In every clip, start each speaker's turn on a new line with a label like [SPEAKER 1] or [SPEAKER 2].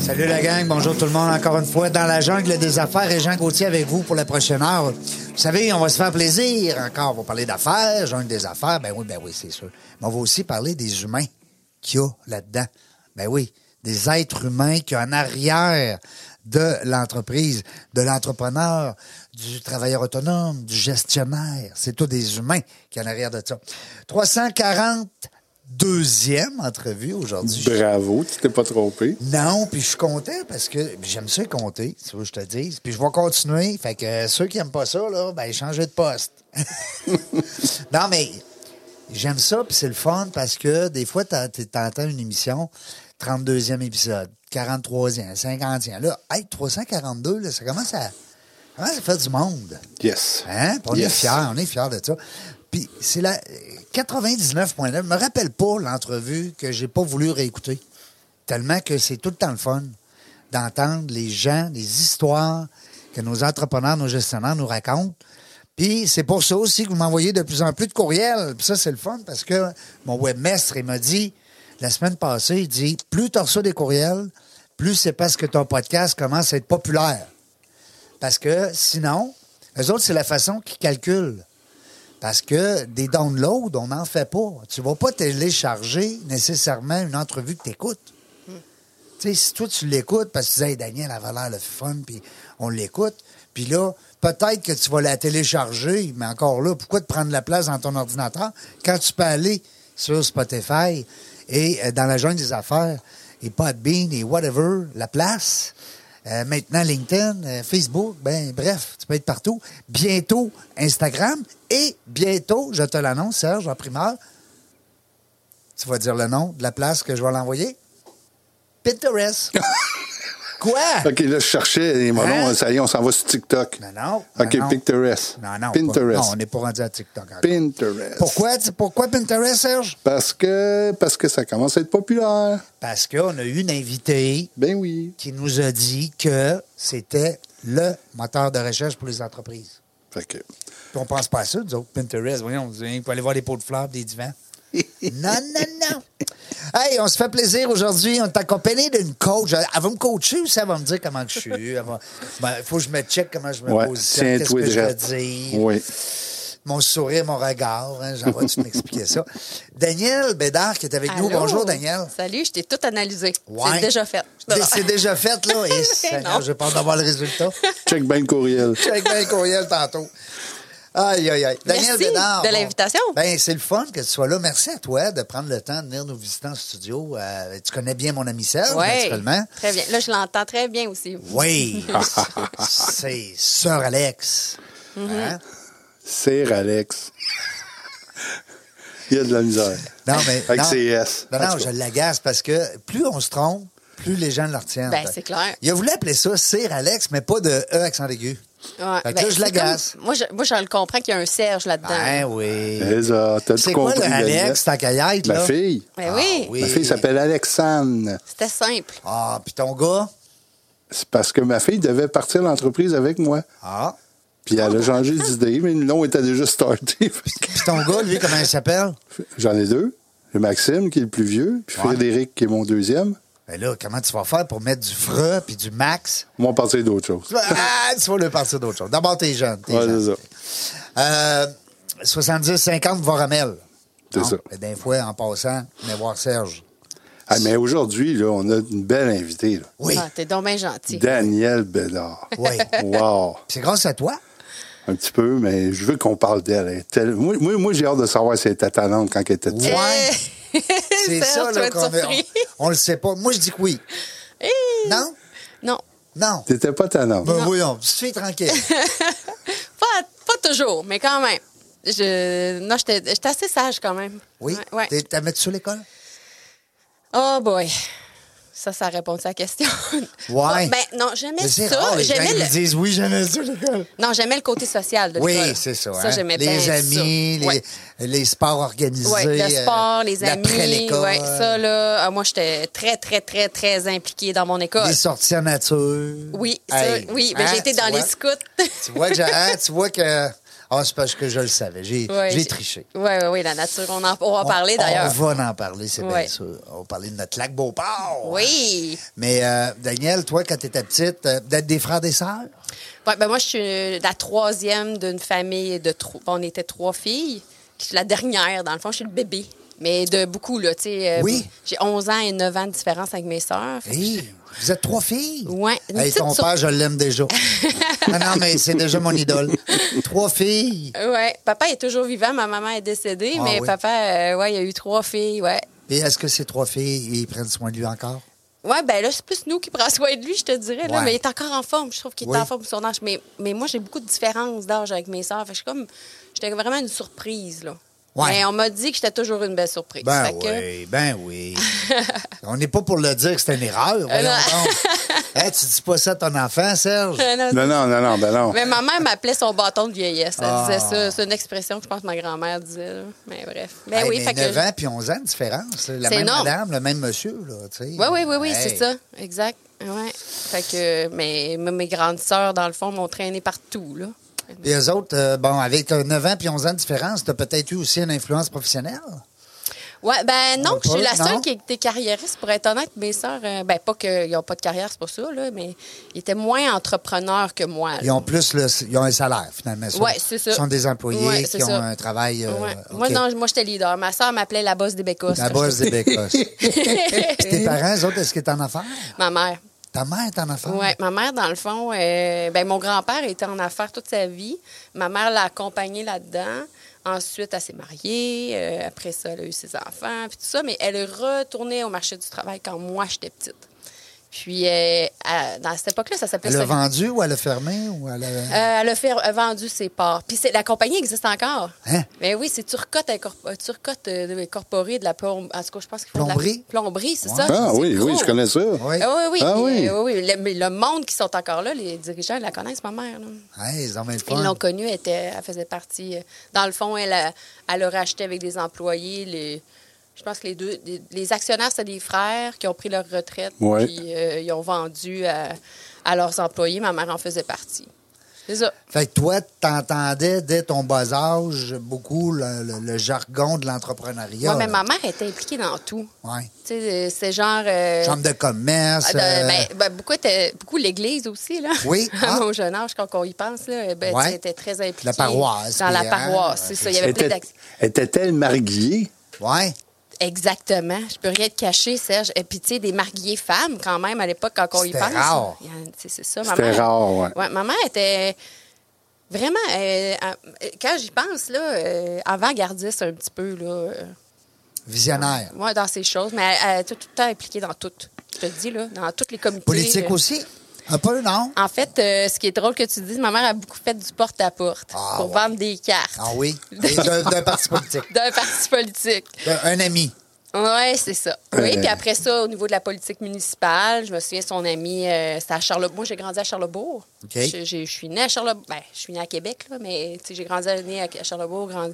[SPEAKER 1] Salut la gang, bonjour tout le monde encore une fois dans la jungle des affaires et Jean Gauthier avec vous pour la prochaine heure. Vous savez, on va se faire plaisir encore, on va parler d'affaires, jungle des affaires, ben oui, ben oui, c'est sûr. Mais on va aussi parler des humains qu'il y a là-dedans. Ben oui, des êtres humains qu'il y a en arrière de l'entreprise, de l'entrepreneur, du travailleur autonome, du gestionnaire. C'est tous des humains qui en arrière de ça. 340 deuxième entrevue aujourd'hui.
[SPEAKER 2] Ben Bravo, tu t'es pas trompé.
[SPEAKER 1] Non, puis je suis content parce que j'aime ça compter, tu veux que je te dise. Puis je vais continuer. Fait que euh, ceux qui aiment pas ça, là, ben changez de poste. non, mais j'aime ça, puis c'est le fun parce que des fois, t'en- t'es- t'entends une émission, 32e épisode, 43e, 50e. Là, hey, 342, là, ça commence à. Comment ça fait du monde?
[SPEAKER 2] Yes.
[SPEAKER 1] Hein? Puis On est
[SPEAKER 2] Yes.
[SPEAKER 1] fiers, on est fiers de ça. Puis c'est la 99.9. Je me rappelle pas l'entrevue que j'ai pas voulu réécouter. Tellement que c'est tout le temps le fun d'entendre les gens, les histoires que nos entrepreneurs, nos gestionnaires nous racontent. Puis c'est pour ça aussi que vous m'envoyez de plus en plus de courriels. Puis ça, c'est le fun parce que mon webmestre, il m'a dit la semaine passée, il dit plus tu reçois des courriels, plus c'est parce que ton podcast commence à être populaire. Parce que sinon, eux autres, c'est la façon qu'ils calculent. Parce que des downloads, on n'en fait pas. Tu vas pas télécharger nécessairement une entrevue que tu écoutes. Tu sais, si toi, tu l'écoutes parce que tu dis, hey, Daniel, la valeur, le fun, puis on l'écoute. Puis là, peut-être que tu vas la télécharger, mais encore là, pourquoi te prendre la place dans ton ordinateur quand tu peux aller sur Spotify et euh, dans la jungle des affaires et Podbean et whatever, la place. Euh, maintenant, LinkedIn, euh, Facebook, ben bref, tu peux être partout. Bientôt, Instagram et bientôt, je te l'annonce, Serge, en primeur, tu vas dire le nom de la place que je vais l'envoyer. Pinterest. Quoi?
[SPEAKER 2] OK, là, je cherchais les mots.
[SPEAKER 1] Hein?
[SPEAKER 2] Ça y est, on s'en va sur TikTok.
[SPEAKER 1] Non, non.
[SPEAKER 2] OK,
[SPEAKER 1] non, non.
[SPEAKER 2] Pinterest.
[SPEAKER 1] Non, non.
[SPEAKER 2] Pinterest.
[SPEAKER 1] pas- non, on n'est pas rendu à TikTok encore.
[SPEAKER 2] Pinterest.
[SPEAKER 1] Pourquoi, tu- pourquoi Pinterest, Serge?
[SPEAKER 2] Parce que, parce que ça commence à être populaire.
[SPEAKER 1] Parce qu'on a eu une invitée
[SPEAKER 2] Ben oui.
[SPEAKER 1] qui nous a dit que c'était le moteur de recherche pour les entreprises.
[SPEAKER 2] Fait que,
[SPEAKER 1] Puis on pense pas à ça, nous autres, Pinterest. Voyons, on dit, hein, il faut aller voir les pots de fleurs, des divans. non, non, non. Hey, on se fait plaisir aujourd'hui. On est accompagné d'une coach. Elle va me coacher ou ça va me dire comment que je suis? Il faut que je me check comment je me
[SPEAKER 2] ouais,
[SPEAKER 1] positionne. Qu'est-ce
[SPEAKER 2] tiens-toi
[SPEAKER 1] que je vais
[SPEAKER 2] direct.
[SPEAKER 1] dire?
[SPEAKER 2] Oui.
[SPEAKER 1] Mon sourire, mon regard. Hein, J'en vois, tu m'expliquer ça. Daniel Bédard qui est avec nous.
[SPEAKER 3] Allô?
[SPEAKER 1] Bonjour, Daniel.
[SPEAKER 3] Salut, je t'ai tout analysé.
[SPEAKER 1] Ouais.
[SPEAKER 3] C'est déjà fait.
[SPEAKER 1] Dé- C'est déjà fait, là. Et, Seigneur,
[SPEAKER 3] non.
[SPEAKER 1] j'ai peur d'avoir le résultat.
[SPEAKER 2] Check bien le courriel.
[SPEAKER 1] Check bien le courriel tantôt. Aïe, aïe, aïe. Daniel
[SPEAKER 3] Merci
[SPEAKER 1] Bédard,
[SPEAKER 3] de
[SPEAKER 1] bon.
[SPEAKER 3] l'invitation.
[SPEAKER 1] Ben, c'est le fun que tu sois là. Merci à toi de prendre le temps de venir nous visiter en studio. Euh, tu connais bien mon ami Serge,
[SPEAKER 3] Ouais.
[SPEAKER 1] naturellement.
[SPEAKER 3] Très bien. Là, je l'entends très bien aussi.
[SPEAKER 1] Oui. c'est Sœur Alex.
[SPEAKER 3] Mhm.
[SPEAKER 1] Hein?
[SPEAKER 2] Sir Alex. Il y a de la misère.
[SPEAKER 1] Non, mais.
[SPEAKER 2] Avec
[SPEAKER 1] non.
[SPEAKER 2] ses S.
[SPEAKER 1] Non,
[SPEAKER 2] En
[SPEAKER 1] non,
[SPEAKER 2] tout
[SPEAKER 1] je
[SPEAKER 2] cas.
[SPEAKER 1] l'agace parce que plus on se trompe, plus les gens le retiennent.
[SPEAKER 3] Ben, c'est clair.
[SPEAKER 1] Il a voulu appeler ça Sir Alex, mais pas de E accent aigu.
[SPEAKER 3] Ouais,
[SPEAKER 1] Fait que
[SPEAKER 3] ben,
[SPEAKER 1] là, je
[SPEAKER 3] c'est
[SPEAKER 1] l'agace.
[SPEAKER 3] comme- Moi je, moi, je le comprends qu'il y a un Serge là-dedans.
[SPEAKER 1] Ben oui.
[SPEAKER 2] Eh, ça, T'as tout
[SPEAKER 1] C'est quoi
[SPEAKER 2] compris.
[SPEAKER 1] le
[SPEAKER 2] Daniel.
[SPEAKER 1] Alex, ta caillette,
[SPEAKER 2] Ma
[SPEAKER 1] là?
[SPEAKER 2] fille.
[SPEAKER 3] Ben
[SPEAKER 1] Ah,
[SPEAKER 3] oui,
[SPEAKER 1] oui.
[SPEAKER 2] Ma fille s'appelle Alexandre.
[SPEAKER 3] c'était simple.
[SPEAKER 1] Ah, puis ton gars?
[SPEAKER 2] C'est parce que ma fille devait partir l'entreprise avec moi.
[SPEAKER 1] Ah.
[SPEAKER 2] Puis elle a changé d'idée, mais le nom était déjà starté.
[SPEAKER 1] Puis ton gars, lui, comment il s'appelle?
[SPEAKER 2] J'en ai deux. J'ai Maxime, qui est le plus vieux, puis
[SPEAKER 1] Ouais.
[SPEAKER 2] Frédéric, qui est mon deuxième.
[SPEAKER 1] Ben là, comment tu vas faire pour mettre du fre puis du max?
[SPEAKER 2] Moi, on partait d'autre chose.
[SPEAKER 1] Ah, tu vas le partir d'autre chose. D'abord, t'es jeune. t'es
[SPEAKER 2] Ouais,
[SPEAKER 1] jeune.
[SPEAKER 2] c'est ça.
[SPEAKER 1] Euh, 70-50 Voramel.
[SPEAKER 2] C'est
[SPEAKER 1] Non?
[SPEAKER 2] ça.
[SPEAKER 1] Ben, Des fois, en passant, venez voir Serge.
[SPEAKER 2] Ah, mais aujourd'hui, là, on a une belle invitée. là.
[SPEAKER 1] Oui,
[SPEAKER 3] Ah, T'es donc bien gentil.
[SPEAKER 2] Danielle Bédard.
[SPEAKER 1] oui.
[SPEAKER 2] Wow!
[SPEAKER 1] C'est grâce à toi.
[SPEAKER 2] Un petit peu, mais je veux qu'on parle d'elle. Elle est telle- Moi, moi, moi, j'ai hâte de savoir si elle était talente quand elle était petite.
[SPEAKER 1] Ouais.
[SPEAKER 3] Eh,
[SPEAKER 1] C'est
[SPEAKER 3] Euh, Serge,
[SPEAKER 1] ça,
[SPEAKER 3] tu
[SPEAKER 1] là,
[SPEAKER 3] vas être
[SPEAKER 1] qu'on veut.
[SPEAKER 3] surpris.
[SPEAKER 1] On, on le sait pas. Moi, je dis que oui.
[SPEAKER 3] Eh,
[SPEAKER 1] Non?
[SPEAKER 3] Non,
[SPEAKER 1] Non.
[SPEAKER 2] T'étais pas tannante.
[SPEAKER 1] Ben voyons, petite fille tranquille.
[SPEAKER 3] Pas, pas toujours, mais quand même. Je... Non, j'étais j'étais assez sage quand même.
[SPEAKER 1] Oui?
[SPEAKER 3] Ouais, ouais.
[SPEAKER 1] T'es- T'as mettre sous l'école?
[SPEAKER 3] Oh boy. Ça, ça répond à la question.
[SPEAKER 1] Ouais.
[SPEAKER 3] Ben, non, j'aimais
[SPEAKER 1] Mais C'est
[SPEAKER 3] ça.
[SPEAKER 1] rare, ah, les gens
[SPEAKER 3] J'aimais
[SPEAKER 1] qui
[SPEAKER 3] le...
[SPEAKER 1] me disent oui, j'aimais ça l'école.
[SPEAKER 3] Non, j'aimais le côté social de
[SPEAKER 1] Oui,
[SPEAKER 3] l'école.
[SPEAKER 1] c'est ça.
[SPEAKER 3] Ça,
[SPEAKER 1] hein.
[SPEAKER 3] j'aimais bien
[SPEAKER 1] Les
[SPEAKER 3] ça.
[SPEAKER 1] amis, les,
[SPEAKER 3] Ouais.
[SPEAKER 1] les sports organisés.
[SPEAKER 3] Ouais, le
[SPEAKER 1] euh,
[SPEAKER 3] sport, les amis,
[SPEAKER 1] l'après-l'école,
[SPEAKER 3] ouais, ça là, euh, moi j'étais très très très très impliquée dans mon école.
[SPEAKER 1] Les sorties en nature.
[SPEAKER 3] Oui, ça,
[SPEAKER 1] Hey,
[SPEAKER 3] oui, ben,
[SPEAKER 1] hein,
[SPEAKER 3] j'ai été
[SPEAKER 1] tu
[SPEAKER 3] dans les
[SPEAKER 1] vois?
[SPEAKER 3] scouts.
[SPEAKER 1] Tu vois que, j'ai- hein, tu vois que... Ah, c'est parce que je le savais. J'ai
[SPEAKER 3] Ouais,
[SPEAKER 1] j'ai triché.
[SPEAKER 3] Oui, oui, oui, la nature, on, en, on va en parler d'ailleurs.
[SPEAKER 1] On va en parler, c'est bien
[SPEAKER 3] Ouais.
[SPEAKER 1] sûr. On va parler de notre lac Beauport.
[SPEAKER 3] Oui.
[SPEAKER 1] Mais euh, Daniel, toi, quand tu étais petite, euh, d'être des frères des sœurs?
[SPEAKER 3] Ouais, ben moi, je suis la troisième d'une famille de trois. On était trois filles. Je suis la dernière, dans le fond, je suis le bébé. Mais de beaucoup, là, tu sais. euh,
[SPEAKER 1] Oui.
[SPEAKER 3] J'ai 11 ans et 9 ans de différence avec mes sœurs. Fait que
[SPEAKER 1] Hey, vous êtes trois filles?
[SPEAKER 3] Ouais, une
[SPEAKER 1] Hey,
[SPEAKER 3] petite
[SPEAKER 1] ton
[SPEAKER 3] sur-
[SPEAKER 1] père, je l'aime déjà. Ah non, non, mais c'est déjà mon idole. Trois filles.
[SPEAKER 3] Oui, papa est toujours vivant, ma maman est décédée,
[SPEAKER 1] Ah
[SPEAKER 3] mais
[SPEAKER 1] oui.
[SPEAKER 3] papa, euh, ouais, il a eu trois filles, ouais.
[SPEAKER 1] Et est-ce que ces trois filles, ils prennent soin de lui encore?
[SPEAKER 3] Ouais, ben là, c'est plus nous qui prenons soin de lui, je te dirais, là,
[SPEAKER 1] Ouais.
[SPEAKER 3] mais il est encore en forme, je trouve qu'il
[SPEAKER 1] Oui.
[SPEAKER 3] est en forme pour son âge. Mais, mais moi, j'ai beaucoup de différences d'âge avec mes sœurs, fait que je suis comme, j'étais vraiment une surprise, là.
[SPEAKER 1] Ouais.
[SPEAKER 3] Mais on m'a dit que j'étais toujours une belle surprise.
[SPEAKER 1] Ben
[SPEAKER 3] Fait
[SPEAKER 1] oui,
[SPEAKER 3] que-
[SPEAKER 1] ben oui. On n'est pas pour le dire que c'est une erreur. voyons
[SPEAKER 3] Euh, non.
[SPEAKER 1] donc. Hey, tu dis pas ça à ton enfant, Serge?
[SPEAKER 3] Euh, non,
[SPEAKER 2] Non, non, non, non, ben non.
[SPEAKER 3] Mais ma mère m'appelait son bâton de vieillesse. Elle
[SPEAKER 1] Ah.
[SPEAKER 3] disait ça. C'est une expression que je pense que ma grand-mère disait. là. Mais bref. Mais
[SPEAKER 1] Hey,
[SPEAKER 3] oui,
[SPEAKER 1] mais
[SPEAKER 3] fait
[SPEAKER 1] 9
[SPEAKER 3] que.
[SPEAKER 1] ans puis 11 ans de différence. La
[SPEAKER 3] C'est
[SPEAKER 1] même
[SPEAKER 3] énorme.
[SPEAKER 1] madame, le même monsieur. Là, tu sais.
[SPEAKER 3] Oui, oui, oui, oui,
[SPEAKER 1] Hey.
[SPEAKER 3] c'est ça. Exact. Ouais. Fait que mais, mais mes grandes sœurs, dans le fond, m'ont traîné partout. Là.
[SPEAKER 1] Puis eux autres, euh, bon, avec euh, 9 ans puis 11 ans de différence, tu as peut-être eu aussi une influence professionnelle?
[SPEAKER 3] Ouais, ben non,
[SPEAKER 1] Pas,
[SPEAKER 3] je suis la
[SPEAKER 1] non?
[SPEAKER 3] seule qui était carriériste, pour être honnête. Mes sœurs, euh, ben pas qu'ils n'ont pas de carrière, c'est pas ça, là, mais ils étaient moins entrepreneurs que moi. là.
[SPEAKER 1] Ils ont plus le, ils ont un salaire, finalement. Ils sont-
[SPEAKER 3] Ouais, c'est ça.
[SPEAKER 1] Ils sont des employés
[SPEAKER 3] Ouais, c'est
[SPEAKER 1] qui ont
[SPEAKER 3] ça.
[SPEAKER 1] un travail. euh,
[SPEAKER 3] Ouais.
[SPEAKER 1] OK.
[SPEAKER 3] Moi, non, moi, j'étais leader. Ma sœur m'appelait la bosse des bécosses.
[SPEAKER 1] La bosse des Bécosses. Puis tes parents, eux autres, est-ce qu'ils étaient en affaires?
[SPEAKER 3] Ma mère.
[SPEAKER 1] Ta mère est en affaires?
[SPEAKER 3] Oui, ma mère, dans le fond, euh, ben, mon grand-père était en affaires toute sa vie. Ma mère l'a accompagnée là-dedans. Ensuite, elle s'est mariée. euh, après ça, elle a eu ses enfants, puis tout ça. Mais elle est retournée au marché du travail quand moi, j'étais petite. Puis, euh, à- dans cette époque-là, ça s'appelait...
[SPEAKER 1] Elle a
[SPEAKER 3] Soli-
[SPEAKER 1] vendu ou elle a fermé? Ou elle a...
[SPEAKER 3] Euh, elle a fait- a vendu ses parts. Puis c'est- la compagnie existe encore.
[SPEAKER 1] Hein?
[SPEAKER 3] Mais oui, c'est Turcotte, Incorp- euh, Turcotte euh, Incorporée de la plomberie. En tout cas, je pense qu'ils font de la-
[SPEAKER 1] Plomberie?
[SPEAKER 3] Plomberie, c'est
[SPEAKER 1] Ouais.
[SPEAKER 3] ça.
[SPEAKER 2] Ah
[SPEAKER 3] C'est
[SPEAKER 2] oui, oui,
[SPEAKER 3] gros.
[SPEAKER 2] je connais ça.
[SPEAKER 1] Oui.
[SPEAKER 3] Ah oui, oui.
[SPEAKER 2] Ah
[SPEAKER 3] puis,
[SPEAKER 2] oui.
[SPEAKER 3] euh, oui, oui. Le, mais le monde qui sont encore là, les dirigeants la connaissent, ma mère. là.
[SPEAKER 1] Hey, ils ont bien le
[SPEAKER 3] Ils l'ont
[SPEAKER 1] fun.
[SPEAKER 3] connue, elle, était- elle faisait partie. euh, Dans le fond, elle, a- elle aurait acheté avec des employés. Les, je pense que les deux, les, les actionnaires, c'est des frères qui ont pris leur retraite.
[SPEAKER 2] Ouais.
[SPEAKER 3] Puis euh, ils ont vendu à, à leurs employés. Ma mère en faisait partie. C'est ça.
[SPEAKER 1] Fait que toi, t'entendais dès ton bas âge beaucoup le, le- le jargon de l'entrepreneuriat.
[SPEAKER 3] Moi, mais
[SPEAKER 1] là.
[SPEAKER 3] ma mère était impliquée dans tout.
[SPEAKER 1] Ouais.
[SPEAKER 3] Tu sais, euh, c'est genre. euh,
[SPEAKER 1] Chambre de commerce.
[SPEAKER 3] Ah, de-
[SPEAKER 1] euh,
[SPEAKER 3] ben, ben, beaucoup, était- beaucoup l'Église aussi, là.
[SPEAKER 1] Oui,
[SPEAKER 3] À
[SPEAKER 1] ah.
[SPEAKER 3] mon jeune âge, quand on y pense, là, ben,
[SPEAKER 1] Ouais.
[SPEAKER 3] tu étais très impliquée.
[SPEAKER 1] La paroisse,
[SPEAKER 3] Dans la
[SPEAKER 1] puis, hein,
[SPEAKER 3] paroisse, c'est
[SPEAKER 1] euh,
[SPEAKER 3] ça. Il y avait plein
[SPEAKER 2] Était-
[SPEAKER 3] d'acc-
[SPEAKER 2] Était-elle marguillée?
[SPEAKER 1] Ouais.
[SPEAKER 3] Exactement. Je peux rien te cacher, Serge. Et puis, tu sais, des mariées femmes, quand même, à l'époque, quand on y
[SPEAKER 1] C'était
[SPEAKER 3] pense.
[SPEAKER 1] rare.
[SPEAKER 3] Il y a- tu sais, C'est ça. ma
[SPEAKER 2] C'était
[SPEAKER 3] mère-
[SPEAKER 2] rare, ouais.
[SPEAKER 3] Ouais, ma mère était vraiment, euh, euh, quand j'y pense, là, euh, avant-gardiste un petit peu, là. euh,
[SPEAKER 1] Visionnaire.
[SPEAKER 3] Moi, dans ces choses, mais elle, elle était tout le temps impliquée dans tout. Je te le dis, là, dans toutes les comités.
[SPEAKER 1] Politique
[SPEAKER 3] Euh,
[SPEAKER 1] aussi? Un peu, non?
[SPEAKER 3] En fait, euh, ce qui est drôle que tu dises, ma mère a beaucoup fait du porte-à-porte
[SPEAKER 1] Ah,
[SPEAKER 3] pour
[SPEAKER 1] ouais.
[SPEAKER 3] vendre des cartes
[SPEAKER 1] Ah oui? Et D'un d'un parti politique.
[SPEAKER 3] d'un parti politique.
[SPEAKER 1] D'un- Un ami.
[SPEAKER 3] Oui, c'est ça. Oui,
[SPEAKER 2] Euh.
[SPEAKER 3] puis après ça, au niveau de la politique municipale, je me souviens, son ami, euh, c'était à Charlebourg. Moi, j'ai grandi à Charlebourg.
[SPEAKER 1] OK.
[SPEAKER 3] Je, je- je suis née à Charlebourg. Ben, je suis née à Québec, là, mais tu sais, j'ai grandi à, née à à Charlebourg, grand-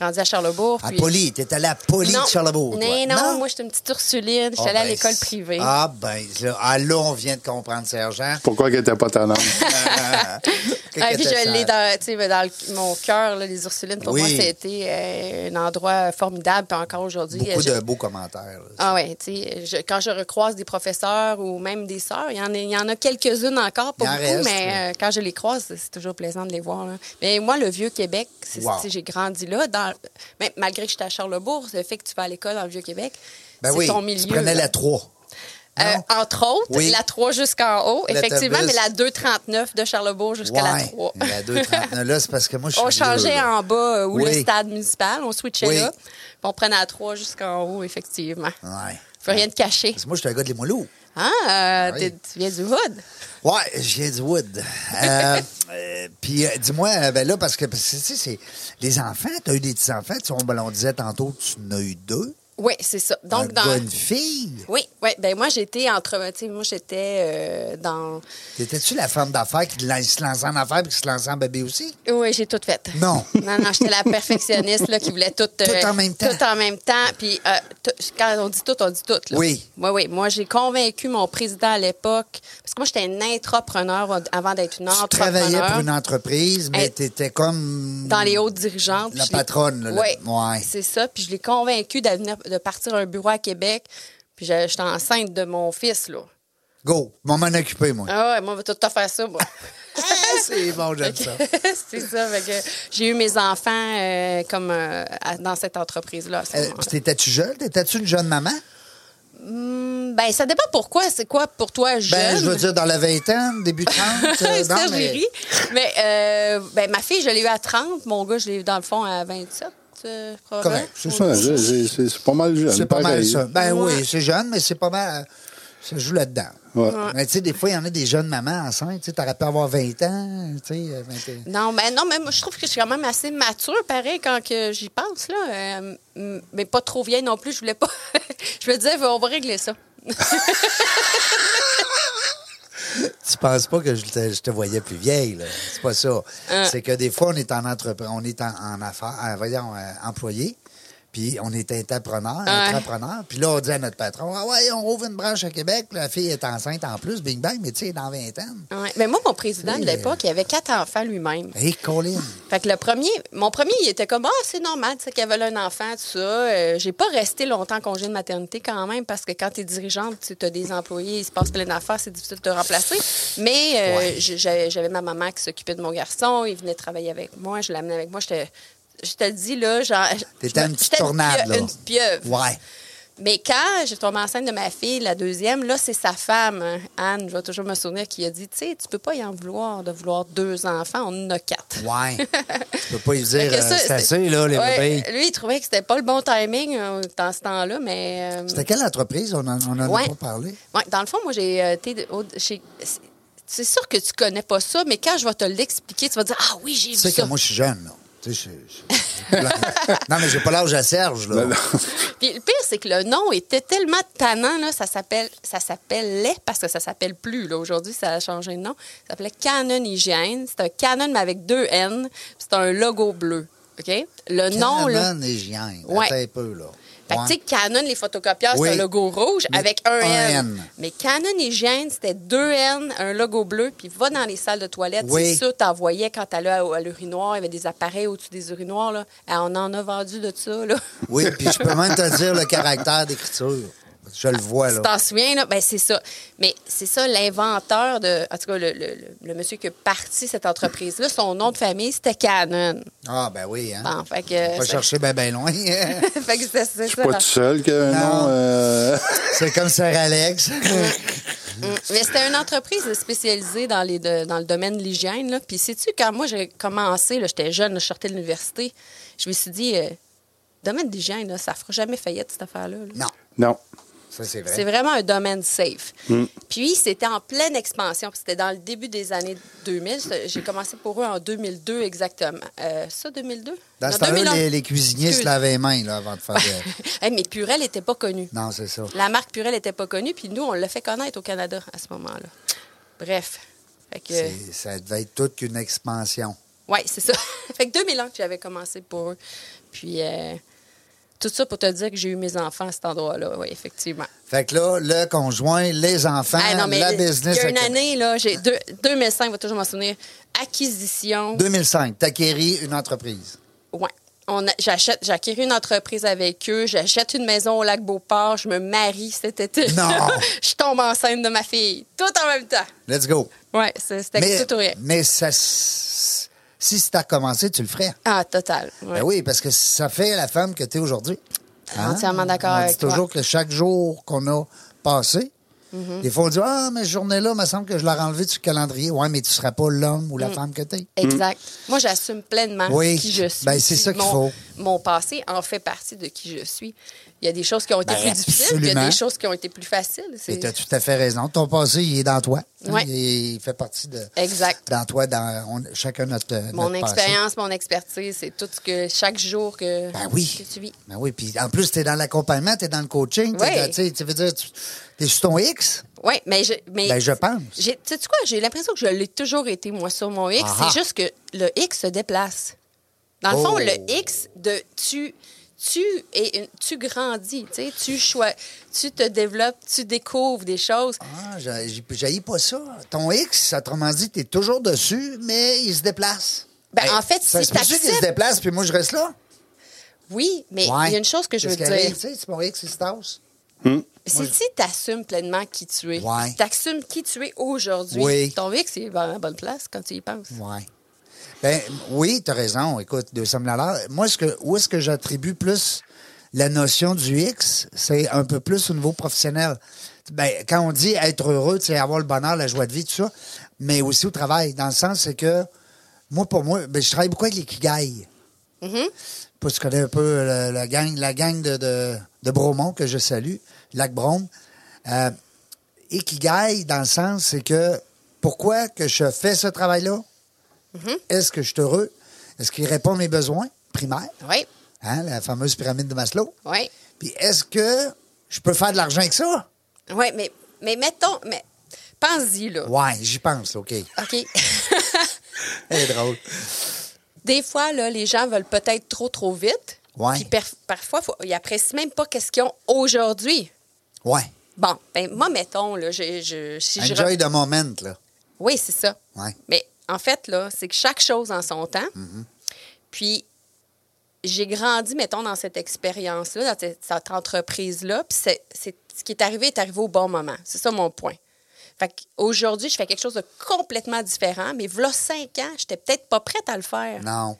[SPEAKER 3] grandi à Charlebourg.
[SPEAKER 1] À
[SPEAKER 3] puis-
[SPEAKER 1] Poli. T'étais allé à Poli
[SPEAKER 3] Non.
[SPEAKER 1] de Charlebourg. toi.
[SPEAKER 3] Non, non, moi, j'étais une petite Ursuline. Je suis
[SPEAKER 1] Ah,
[SPEAKER 3] allée à
[SPEAKER 1] ben,
[SPEAKER 3] l'école
[SPEAKER 1] c'est-
[SPEAKER 3] privée.
[SPEAKER 1] Ah, ben, là, ah, là, on vient de comprendre, Sergent.
[SPEAKER 2] Pourquoi qu'elle était pas tannante?
[SPEAKER 3] Ah,
[SPEAKER 1] Et
[SPEAKER 3] puis je l'ai dans, tu sais, dans le- mon cœur, là, les Ursulines, pour
[SPEAKER 1] Oui.
[SPEAKER 3] moi, c'était euh, un endroit formidable. Puis encore aujourd'hui,
[SPEAKER 1] Beaucoup
[SPEAKER 3] euh, je-
[SPEAKER 1] de beaux commentaires. là.
[SPEAKER 3] Ah ouais, tu sais, je- quand je recroise des professeurs ou même des sœurs, il y en a, il y en a quelques-unes encore, pas
[SPEAKER 1] Il en
[SPEAKER 3] beaucoup,
[SPEAKER 1] reste,
[SPEAKER 3] mais
[SPEAKER 1] mais-
[SPEAKER 3] euh, quand je les croise, c'est- c'est toujours plaisant de les voir. là. Mais moi, le vieux Québec, c'est-
[SPEAKER 1] Wow.
[SPEAKER 3] tu sais, j'ai grandi là. Dans, mais malgré que j'étais à Charlebourg, le fait que tu vas à l'école dans le vieux Québec,
[SPEAKER 1] Ben
[SPEAKER 3] c'est
[SPEAKER 1] oui,
[SPEAKER 3] ton milieu.
[SPEAKER 1] tu prenais
[SPEAKER 3] là.
[SPEAKER 1] la 3.
[SPEAKER 3] Euh,
[SPEAKER 1] non?
[SPEAKER 3] entre autres,
[SPEAKER 1] Oui.
[SPEAKER 3] la 3 jusqu'en haut, effectivement, mais
[SPEAKER 1] L'autobus.
[SPEAKER 3] la 239 de Charlebourg jusqu'à la 3.
[SPEAKER 1] La 2,39. Là, c'est parce que moi, je suis.
[SPEAKER 3] On
[SPEAKER 1] vieux,
[SPEAKER 3] changeait
[SPEAKER 1] là.
[SPEAKER 3] en bas euh, où le
[SPEAKER 1] Oui.
[SPEAKER 3] stade municipal, on switchait
[SPEAKER 1] Oui.
[SPEAKER 3] là, puis on prenait à 3 jusqu'en haut, effectivement.
[SPEAKER 1] Ouais.
[SPEAKER 3] Faut rien te cacher.
[SPEAKER 1] Parce que moi, je suis un gars de Limoilou.
[SPEAKER 3] Hein? Euh,
[SPEAKER 1] Ah Oui.
[SPEAKER 3] t'es- Tu viens du hood?
[SPEAKER 1] Ouais, je viens du Wood. Euh, euh, Puis euh, dis-moi, euh, ben là, parce que parce que, tu sais, c'est les enfants, tu as eu des petits-enfants, tu sais, on, ben, on disait tantôt, tu en as eu deux.
[SPEAKER 3] Oui, c'est ça. Donc,
[SPEAKER 1] une
[SPEAKER 3] dans...
[SPEAKER 1] bonne fille.
[SPEAKER 3] Oui, oui. Ben moi, j'étais entre... Tu sais, moi, j'étais euh, dans...
[SPEAKER 1] T'étais-tu la femme d'affaires qui la- se lançait en affaires et qui se lançait en bébé aussi?
[SPEAKER 3] Oui, j'ai tout fait.
[SPEAKER 1] Non.
[SPEAKER 3] Non, non, j'étais la perfectionniste là, qui voulait tout... euh,
[SPEAKER 1] Tout en même temps.
[SPEAKER 3] Tout en même temps. Puis euh, tout- quand on dit tout, on dit tout. là.
[SPEAKER 1] Oui.
[SPEAKER 3] Oui, oui. Moi, j'ai convaincu mon président à l'époque, parce que moi, j'étais une intrapreneur avant d'être une
[SPEAKER 1] Tu
[SPEAKER 3] entrepreneur.
[SPEAKER 1] travaillais pour une entreprise, mais
[SPEAKER 3] Hey.
[SPEAKER 1] tu étais comme.
[SPEAKER 3] dans les hautes dirigeantes.
[SPEAKER 1] La
[SPEAKER 3] puis je l'ai-
[SPEAKER 1] patronne, là, la-
[SPEAKER 3] Ouais,
[SPEAKER 1] ouais.
[SPEAKER 3] C'est ça. Puis je l'ai convaincue d'aller venir- de partir à un bureau à Québec. Puis j'ai- j'étais enceinte de mon fils, là.
[SPEAKER 1] Go, je vais m'en occuper, moi.
[SPEAKER 3] Ah ouais, moi, on va tout te faire ça, moi. Hein?
[SPEAKER 1] c'est bon, j'aime ça.
[SPEAKER 3] c'est ça. Fait que j'ai eu mes enfants euh, comme euh, à- dans cette entreprise-là. à ce
[SPEAKER 1] Euh,
[SPEAKER 3] moment-là.
[SPEAKER 1] puis t'étais-tu jeune? T'étais-tu une jeune maman?
[SPEAKER 3] Hum, ben, ça dépend pourquoi. C'est quoi pour toi, jeune?
[SPEAKER 1] Ben, je veux dire, dans la vingtaine, début 30. euh, non,
[SPEAKER 3] Serge,
[SPEAKER 1] mais-
[SPEAKER 3] il rit. Mais euh, ben, ma fille, je l'ai eu à 30. Mon gars, je l'ai eu dans le fond à 27, euh, probablement.
[SPEAKER 1] Correct, c'est
[SPEAKER 2] Ça, c'est- C'est c'est pas mal jeune.
[SPEAKER 1] C'est pas mal
[SPEAKER 2] pareil.
[SPEAKER 1] ça. Ben
[SPEAKER 3] Ouais.
[SPEAKER 1] oui, c'est jeune, mais c'est pas mal. euh, Ça joue là-dedans.
[SPEAKER 2] Ouais.
[SPEAKER 1] Mais tu sais, des fois, il y en a des jeunes mamans enceintes. Tu sais, t'aurais pu avoir 20 ans. Tu sais, euh, 21.
[SPEAKER 3] Non, mais non, mais moi, je trouve que je suis quand même assez mature, pareil, quand que j'y pense, là. Euh, m- mais pas trop vieille non plus, je voulais pas. je me disais, on va régler ça.
[SPEAKER 1] Tu penses pas que je te, je te voyais plus vieille, là. C'est pas ça.
[SPEAKER 3] Euh.
[SPEAKER 1] C'est que des fois, on est en entreprise, on est en, en affaires, euh, voyons, euh, employé, puis on est entrepreneur, entrepreneur. Puis là, on dit à notre patron, ah ouais, on ouvre une branche à Québec, la fille est enceinte en plus, bing bang, mais tu sais, dans 20 ans.
[SPEAKER 3] Ouais. Mais moi, mon président de
[SPEAKER 1] Oui.
[SPEAKER 3] l'époque, il avait quatre enfants lui-même.
[SPEAKER 1] Hé, Colin.
[SPEAKER 3] Fait que le premier, mon premier, il était comme, ah, c'est normal, tu sais, qu'elle veut un enfant, tout ça. Euh, j'ai pas resté longtemps en congé de maternité quand même, parce que quand t'es dirigeante, tu as des employés, il se passe plein d'affaires, c'est difficile de te remplacer. Mais euh, je- j'avais j'avais ma maman qui s'occupait de mon garçon, il venait travailler avec moi, je l'amenais avec moi, j'étais. Je te le dis, là, genre.
[SPEAKER 1] T'étais une petite
[SPEAKER 3] j'étais
[SPEAKER 1] tornade,
[SPEAKER 3] pieuvre-
[SPEAKER 1] là.
[SPEAKER 3] Une petite pieuvre.
[SPEAKER 1] Ouais.
[SPEAKER 3] Mais quand j'ai tombé enceinte de ma fille, la deuxième, là, c'est sa femme, hein, Anne, je vais toujours me souvenir, qui a dit, tu sais, tu peux pas y en vouloir de vouloir deux enfants, on en a quatre.
[SPEAKER 1] Ouais. tu peux pas lui
[SPEAKER 3] Fait
[SPEAKER 1] dire,
[SPEAKER 3] que
[SPEAKER 1] euh,
[SPEAKER 3] ça,
[SPEAKER 1] c'est
[SPEAKER 3] c'est-
[SPEAKER 1] assez, là, les
[SPEAKER 3] Ouais,
[SPEAKER 1] bébés.
[SPEAKER 3] Lui, il trouvait que c'était pas le bon timing euh, dans ce temps-là, mais. euh,
[SPEAKER 1] C'était quelle entreprise? On en, on en
[SPEAKER 3] Ouais.
[SPEAKER 1] a pas parlé.
[SPEAKER 3] ouais, dans le fond, moi, j'ai euh, été. de- au- chez- c'est- C'est sûr que tu connais pas ça, mais quand je vais te l'expliquer, tu vas dire Ah oui, j'ai vu
[SPEAKER 1] Tu sais
[SPEAKER 3] ça.
[SPEAKER 1] que moi, je suis jeune, là. Tu sais, je- je- non, mais j'ai pas l'âge à Serge, là.
[SPEAKER 2] Non, non.
[SPEAKER 3] Puis le pire, c'est que le nom était tellement tannant, là, ça s'appelle, ça s'appelait, parce que ça s'appelle plus, là. Aujourd'hui, ça a changé de nom. Ça s'appelait Canon Hygiène. C'est un Canon, mais avec deux N. puis C'est un logo bleu. OK? Le nom, là.
[SPEAKER 1] Canon et Gienne.
[SPEAKER 3] Ouais.
[SPEAKER 1] Attends un peu, là.
[SPEAKER 3] Fait que,
[SPEAKER 1] Ouais.
[SPEAKER 3] tu sais, Canon, les photocopieurs,
[SPEAKER 1] Oui.
[SPEAKER 3] c'est un logo rouge
[SPEAKER 1] Mais
[SPEAKER 3] avec un
[SPEAKER 1] un
[SPEAKER 3] N.
[SPEAKER 1] N.
[SPEAKER 3] Mais Canon Hygiène, c'était deux N, un logo bleu, puis va dans les salles de toilette.
[SPEAKER 1] Oui.
[SPEAKER 3] C'est ça, t'en voyais quand t'allais à, à l'urinoir, il y avait des appareils au-dessus des urinoirs, là. Ah, on en a vendu de ça, là.
[SPEAKER 1] Oui, puis je peux même te dire le caractère d'écriture. Je le vois,
[SPEAKER 3] Tu
[SPEAKER 1] là.
[SPEAKER 3] t'en souviens, là? Ben, c'est ça. Mais c'est ça, l'inventeur de. En tout cas, le, le- le- le monsieur qui a parti cette entreprise-là, son nom de famille, c'était Canon.
[SPEAKER 1] Ah, ben oui, hein.
[SPEAKER 3] Bon, fait que.
[SPEAKER 1] Pas
[SPEAKER 3] ça-
[SPEAKER 1] chercher ben, ben loin.
[SPEAKER 3] fait que c'est- c'est ça.
[SPEAKER 2] Pas tout seul que un
[SPEAKER 1] Non.
[SPEAKER 2] nom. euh,
[SPEAKER 1] C'est comme Sir Alex.
[SPEAKER 3] Mm. Mais c'était une entreprise spécialisée dans, les de- dans le domaine de l'hygiène. là. Puis, sais-tu, quand moi, j'ai commencé, là, j'étais jeune, là, je sortais de l'université, je me suis dit, euh, domaine de l'hygiène, là, ça fera jamais faillite, cette affaire-là. là.
[SPEAKER 1] non,
[SPEAKER 2] non.
[SPEAKER 1] ça, c'est vrai.
[SPEAKER 3] C'est vraiment un domaine safe.
[SPEAKER 1] Mm.
[SPEAKER 3] Puis, c'était en pleine expansion. Puis C'était dans le début des années 2000. C'est- J'ai commencé pour eux en 2002 exactement. Euh, ça, 2002?
[SPEAKER 1] Dans
[SPEAKER 3] Non,
[SPEAKER 1] ce temps-là,
[SPEAKER 3] 2011.
[SPEAKER 1] les, les cuisiniers se
[SPEAKER 3] Excuse.
[SPEAKER 1] lavaient les mains, là, avant de faire... des-
[SPEAKER 3] Hey, mais Purel n'était pas connu.
[SPEAKER 1] Non, c'est ça.
[SPEAKER 3] La marque Purel n'était pas connue. Puis nous, on l'a fait connaître au Canada à ce moment-là. Bref. Fait que...
[SPEAKER 1] C'est- Ça devait être toute qu'une expansion.
[SPEAKER 3] Oui, c'est ça. fait que 2000 ans que j'avais commencé pour eux. Puis euh, tout ça pour te dire que j'ai eu mes enfants à cet endroit-là, oui, effectivement.
[SPEAKER 1] Fait que là, le conjoint, les enfants,
[SPEAKER 3] Ah, non, mais
[SPEAKER 1] la
[SPEAKER 3] il-
[SPEAKER 1] business...
[SPEAKER 3] il y a
[SPEAKER 1] à
[SPEAKER 3] une
[SPEAKER 1] Québec.
[SPEAKER 3] année, là, j'ai deux- 2005, je vais toujours m'en souvenir, acquisition.
[SPEAKER 1] 2005, t'acquéris une entreprise.
[SPEAKER 3] Ouais. On a- j'achète, j'acquéris une entreprise avec eux, j'achète une maison au lac Beauport, je me marie cet été.
[SPEAKER 1] Non!
[SPEAKER 3] je tombe enceinte de ma fille, tout en même temps.
[SPEAKER 1] Let's go.
[SPEAKER 3] Ouais, c'est- c'était
[SPEAKER 1] Mais,
[SPEAKER 3] tout ou rien.
[SPEAKER 1] mais ça, s- si c'était à commencer, tu le ferais.
[SPEAKER 3] Ah, total. ouais.
[SPEAKER 1] Ben oui, parce que ça fait la femme que tu es aujourd'hui. hein?
[SPEAKER 3] Entièrement d'accord
[SPEAKER 1] On dit
[SPEAKER 3] avec toi.
[SPEAKER 1] toujours que chaque jour qu'on a passé,
[SPEAKER 3] Mm-hmm.
[SPEAKER 1] des fois on dit Ah, mais cette journée-là, me semble que je l'ai enlevée du calendrier. Ouais, mais tu ne seras pas l'homme
[SPEAKER 3] Mm.
[SPEAKER 1] ou la femme que tu es.
[SPEAKER 3] Exact. Moi, j'assume pleinement
[SPEAKER 1] Mm. Oui.
[SPEAKER 3] qui je suis.
[SPEAKER 1] Ben, c'est
[SPEAKER 3] Puis
[SPEAKER 1] ça qu'il
[SPEAKER 3] mon-
[SPEAKER 1] faut.
[SPEAKER 3] Mon passé en fait partie de qui je suis. Il y a des choses qui ont été
[SPEAKER 1] Ben,
[SPEAKER 3] plus difficiles, puis il y a
[SPEAKER 1] absolument.
[SPEAKER 3] des choses qui ont été plus faciles. C'est-
[SPEAKER 1] Et tu as tout à fait raison. Ton passé, il est dans toi. Hein?
[SPEAKER 3] Ouais.
[SPEAKER 1] Il, il fait partie de.
[SPEAKER 3] Exact.
[SPEAKER 1] Dans toi, dans on- chacun notre. euh,
[SPEAKER 3] Mon
[SPEAKER 1] notre passé.
[SPEAKER 3] expérience, mon expertise, c'est tout ce que chaque jour que,
[SPEAKER 1] Ben oui.
[SPEAKER 3] que tu vis.
[SPEAKER 1] Ben oui, puis en plus, tu es dans l'accompagnement, tu es dans le coaching. t'es
[SPEAKER 3] Oui.
[SPEAKER 1] dans- tu sais, Tu veux dire, tu es sur ton X?
[SPEAKER 3] Oui, mais je. Mais
[SPEAKER 1] Ben, je pense.
[SPEAKER 3] J'ai- Tu sais quoi? J'ai l'impression que je l'ai toujours été, moi, sur mon X.
[SPEAKER 1] Aha.
[SPEAKER 3] C'est juste que le X se déplace. Dans le
[SPEAKER 1] Oh.
[SPEAKER 3] fond, le X de tu. Tu, es une- tu grandis, tu, sais, tu, choi- tu te développes, tu découvres des choses.
[SPEAKER 1] Ah, j'ai- j'ai- j'haïs pas ça. Ton X, autrement dit, tu es toujours dessus, mais il se déplace.
[SPEAKER 3] Ben, en fait,
[SPEAKER 1] ça
[SPEAKER 3] si
[SPEAKER 1] se peut-tu qu'il se
[SPEAKER 3] t'acceptes-
[SPEAKER 1] déplace, puis moi, je reste là.
[SPEAKER 3] Oui, mais il y a une chose que je veux
[SPEAKER 1] Qu'est-ce
[SPEAKER 3] dire.
[SPEAKER 1] qui arrive, tu sais, c'est mon X, il se tasse.
[SPEAKER 3] C'est si tu assumes pleinement qui tu es,
[SPEAKER 1] Ouais.
[SPEAKER 3] tu assumes qui tu es aujourd'hui,
[SPEAKER 1] Oui.
[SPEAKER 3] ton X est dans la bonne place quand tu y penses.
[SPEAKER 1] Oui. Ben, oui, tu as raison. Écoute, 200 000 Moi, ce que, où est-ce que j'attribue plus la notion du X? C'est un peu plus au niveau professionnel. Ben, quand on dit être heureux, tu sais, avoir le bonheur, la joie de vie, tout ça, mais aussi au travail, dans le sens c'est que, moi, pour moi, ben, je travaille beaucoup avec les Kigai. Pas tu connais un peu euh, la, gang, la gang de, de, de Bromont que je salue, Lac Brome. Euh, ikigai, dans le sens, c'est que pourquoi que je fais ce travail-là?
[SPEAKER 3] Mm-hmm.
[SPEAKER 1] Est-ce que je suis heureux? Est-ce qu'il répond à mes besoins primaires?
[SPEAKER 3] Oui,
[SPEAKER 1] Hein, la fameuse pyramide de Maslow.
[SPEAKER 3] oui.
[SPEAKER 1] Puis est-ce que je peux faire de l'argent avec ça?
[SPEAKER 3] Oui, mais, mais mettons, mais pense-y, là.
[SPEAKER 1] Ouais, j'y pense, OK.
[SPEAKER 3] OK?
[SPEAKER 1] C'est drôle.
[SPEAKER 3] Des fois, là, les gens veulent peut-être trop, trop vite.
[SPEAKER 1] Ouais.
[SPEAKER 3] Puis perf- parfois, faut- ils apprécient même pas qu'est-ce qu'ils ont aujourd'hui.
[SPEAKER 1] Ouais.
[SPEAKER 3] Bon, ben, moi, mettons, là, je, je- si je...
[SPEAKER 1] Enjoy the moment, là.
[SPEAKER 3] Oui, c'est ça.
[SPEAKER 1] Ouais. Mm-hmm.
[SPEAKER 3] Mais en fait, là, c'est que chaque chose en son temps. Puis, j'ai grandi, mettons, dans cette expérience-là, dans cette, cette entreprise-là. Puis, c'est, c'est- ce qui est arrivé est arrivé au bon moment. C'est ça mon point. Fait qu'aujourd'hui, je fais quelque chose de complètement différent, mais voilà cinq ans, j'étais peut-être pas prête à le faire.
[SPEAKER 1] Non.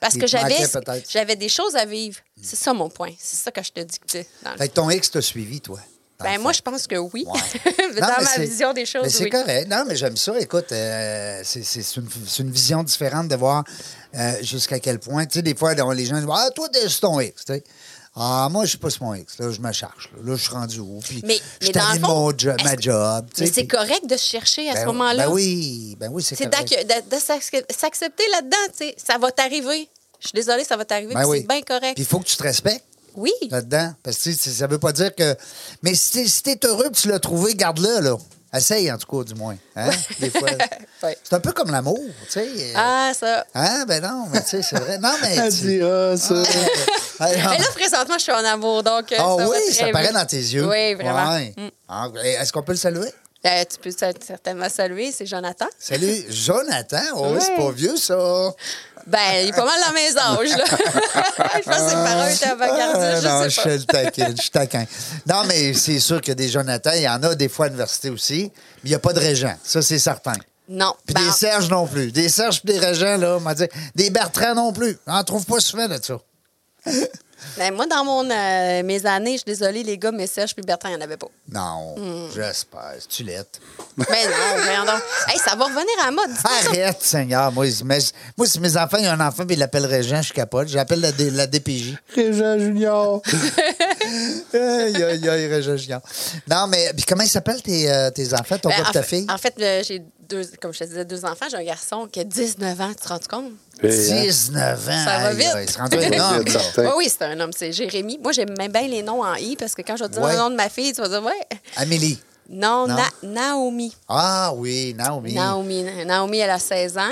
[SPEAKER 3] Parce
[SPEAKER 1] Il
[SPEAKER 3] que
[SPEAKER 1] te
[SPEAKER 3] j'avais,
[SPEAKER 1] manquait peut-être. Mm.
[SPEAKER 3] j'avais des choses à vivre. C'est ça mon point. C'est ça que je te dis. que tu- dans le-
[SPEAKER 1] Fait que ton ex t'a suivi, toi. dans le
[SPEAKER 3] Ben,
[SPEAKER 1] fond.
[SPEAKER 3] moi, je pense que oui.
[SPEAKER 1] Ouais. Non,
[SPEAKER 3] dans
[SPEAKER 1] mais
[SPEAKER 3] ma
[SPEAKER 1] c'est-
[SPEAKER 3] vision des choses,
[SPEAKER 1] mais C'est
[SPEAKER 3] oui.
[SPEAKER 1] correct. Non, mais j'aime ça. Écoute, euh, c'est- c'est c'est une, c'est une vision différente de voir euh, jusqu'à quel point. Tu sais, des fois, on- les gens disent Ah, toi, t'es sur ton X. Tu sais. Ah, moi, je suis pas sur mon X. Là, je me charge. Là, Là, je suis rendu où? Puis,
[SPEAKER 3] Mais-
[SPEAKER 1] je
[SPEAKER 3] mais
[SPEAKER 1] suis
[SPEAKER 3] dans
[SPEAKER 1] tanné
[SPEAKER 3] le
[SPEAKER 1] de mon
[SPEAKER 3] fond,
[SPEAKER 1] jo- ma
[SPEAKER 3] est-ce-
[SPEAKER 1] job. tu
[SPEAKER 3] Mais
[SPEAKER 1] sais,
[SPEAKER 3] c'est
[SPEAKER 1] puis-
[SPEAKER 3] correct de se chercher à
[SPEAKER 1] ben-
[SPEAKER 3] ce moment-là.
[SPEAKER 1] Ben oui, ben oui c'est
[SPEAKER 3] C'est
[SPEAKER 1] correct.
[SPEAKER 3] d'acc- de, de s'ac- s'accepter là-dedans, tu sais. Ça va t'arriver. Je suis désolée, ça va t'arriver,
[SPEAKER 1] Ben
[SPEAKER 3] puis
[SPEAKER 1] oui.
[SPEAKER 3] c'est bien correct.
[SPEAKER 1] Puis il faut que tu te respectes
[SPEAKER 3] oui,
[SPEAKER 1] là-dedans. Parce que tu sais, ça veut pas dire que. Mais si t'es si t'es heureux que tu l'as trouvé, garde-le, là. Essaye, en tout cas, du moins. Hein? Des fois.
[SPEAKER 3] Ouais.
[SPEAKER 1] C'est un peu comme l'amour, tu sais. euh,
[SPEAKER 3] ah ça.
[SPEAKER 1] Hein? Ben non, mais tu sais, c'est vrai. Non, mais.
[SPEAKER 2] Elle
[SPEAKER 1] tu-
[SPEAKER 2] dit, ah, ça.
[SPEAKER 1] Ah, non.
[SPEAKER 3] Mais là, présentement, je suis en amour, donc euh,
[SPEAKER 1] Ah
[SPEAKER 3] ça va
[SPEAKER 1] oui,
[SPEAKER 3] très
[SPEAKER 1] ça
[SPEAKER 3] bien.
[SPEAKER 1] paraît dans tes yeux.
[SPEAKER 3] Oui, vraiment.
[SPEAKER 1] Ouais.
[SPEAKER 3] Mm.
[SPEAKER 1] Ah, et Est-ce qu'on peut le saluer?
[SPEAKER 3] Euh, tu peux cer- certainement saluer, c'est Jonathan.
[SPEAKER 1] Salut, Jonathan. Oh,
[SPEAKER 3] Ouais.
[SPEAKER 1] c'est pas vieux, ça.
[SPEAKER 3] Ben, il est pas mal dans mes âges, là. je pense que ses parents étaient
[SPEAKER 1] Ah,
[SPEAKER 3] avant
[SPEAKER 1] non,
[SPEAKER 3] je
[SPEAKER 1] je
[SPEAKER 3] sais
[SPEAKER 1] suis le
[SPEAKER 3] pas.
[SPEAKER 1] taquin, je suis taquin. Non, mais c'est sûr que des Jonathan, il y en a des fois à l'université aussi, mais il n'y a pas de régent. Ça, c'est certain.
[SPEAKER 3] Non.
[SPEAKER 1] Puis
[SPEAKER 3] ben,
[SPEAKER 1] des Serges non plus. Des Serges puis des régents, là, on va dire. Des Bertrand non plus. On n'en trouve pas souvent de ça.
[SPEAKER 3] ben, moi, dans mon, euh, mes années, je suis désolée, les gars, mais Serge puis Bertrand, il n'y en avait pas.
[SPEAKER 1] Non,
[SPEAKER 3] Mm.
[SPEAKER 1] j'espère. Tu l'être.
[SPEAKER 3] Mais non, voyons donc. Hey, ça va revenir à la mode. dis-toi ça.
[SPEAKER 1] Arrête, Seigneur. Moi, je- mais- moi, si mes enfants, il y a un enfant, puis il l'appelle Régent, je capote. J'appelle la, D- la DPJ.
[SPEAKER 2] Régent Junior.
[SPEAKER 1] aïe, aïe, aïe, Régent Gigant. Non, mais puis comment ils s'appellent tes, euh, tes enfants, ton
[SPEAKER 3] Ben,
[SPEAKER 1] gars
[SPEAKER 3] en,
[SPEAKER 1] et ta
[SPEAKER 3] fait-
[SPEAKER 1] fille?
[SPEAKER 3] en fait, euh, j'ai deux, comme je te disais, deux enfants. J'ai un garçon qui a 19 ans, tu te rends compte?
[SPEAKER 2] Et, hein,
[SPEAKER 1] 19 ans.
[SPEAKER 3] Ça va
[SPEAKER 1] aïe,
[SPEAKER 3] vite.
[SPEAKER 1] aïe, c'est rendu
[SPEAKER 2] Ça va
[SPEAKER 1] énorme.
[SPEAKER 2] vite,
[SPEAKER 1] ça.
[SPEAKER 2] certain.
[SPEAKER 3] Oui, oui, c'est un homme, c'est Jérémy. Moi, j'aime même bien ben les noms en I parce que quand je vais te dire
[SPEAKER 1] Ouais.
[SPEAKER 3] le nom de ma fille, tu vas dire, ouais.
[SPEAKER 1] Amélie.
[SPEAKER 3] Non,
[SPEAKER 1] Non.
[SPEAKER 3] Na- Naomi.
[SPEAKER 1] Ah oui, Naomi.
[SPEAKER 3] Naomi. Naomi, elle a 16 ans.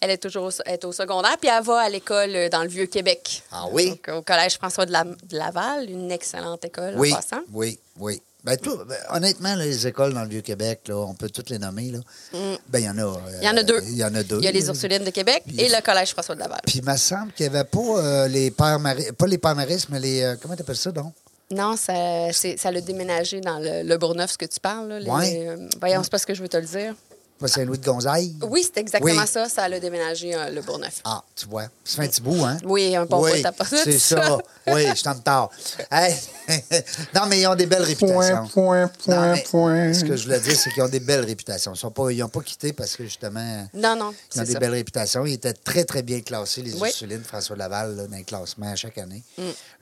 [SPEAKER 3] Elle est toujours au, elle est au secondaire, puis elle va à l'école euh, dans le Vieux-Québec.
[SPEAKER 1] Ah oui?
[SPEAKER 3] Donc, euh, au collège François de, la- de Laval, une excellente école
[SPEAKER 1] Oui, Euh,
[SPEAKER 3] en passant.
[SPEAKER 1] oui, oui. Ben, tout- ben, honnêtement, là, les écoles dans le Vieux-Québec, là, on peut toutes les nommer. Là. Ben, il y en a. euh,
[SPEAKER 3] Mm. Il y en a deux.
[SPEAKER 1] Il y en a deux.
[SPEAKER 3] Il y a les Ursulines de Québec et le collège François de Laval.
[SPEAKER 1] Puis il me semble qu'il n'y avait pas euh, les pères maris, pas les pères maris, mais les. euh, comment t'appelles ça, donc?
[SPEAKER 3] Non, ça, c'est- ça l'a déménagé dans le, le Bourgneuf, ce que tu parles. Là, les-
[SPEAKER 1] Ouais.
[SPEAKER 3] euh, voyons, c'est pas ce que je veux te le dire.
[SPEAKER 1] Pas Saint-Louis de Gonzaille?
[SPEAKER 3] Ah, Oui, c'est exactement
[SPEAKER 1] Oui.
[SPEAKER 3] ça. Ça l'a déménagé, euh, le Bourgneuf.
[SPEAKER 1] Ah, tu vois. Ah, C'est un petit bout, hein?
[SPEAKER 3] Oui, un bon
[SPEAKER 1] Oui,
[SPEAKER 3] bout à part de
[SPEAKER 1] C'est
[SPEAKER 3] ça.
[SPEAKER 1] ça. Oui, je t'en tard. Hey, non, mais ils ont des belles
[SPEAKER 2] Point,
[SPEAKER 1] réputations.
[SPEAKER 2] point,
[SPEAKER 1] Non,
[SPEAKER 2] point,
[SPEAKER 1] mais
[SPEAKER 2] point.
[SPEAKER 1] Ce que je voulais dire, c'est qu'ils ont des belles réputations. Ils n'ont pas, ils ont pas quitté parce que justement,
[SPEAKER 3] Non,
[SPEAKER 1] ils
[SPEAKER 3] non,
[SPEAKER 1] ont
[SPEAKER 3] c'est
[SPEAKER 1] des
[SPEAKER 3] ça.
[SPEAKER 1] belles réputations. Ils étaient très, très bien classés, les
[SPEAKER 3] Oui. Mm.
[SPEAKER 1] Ursulines, François Laval, là, dans les classements à chaque année.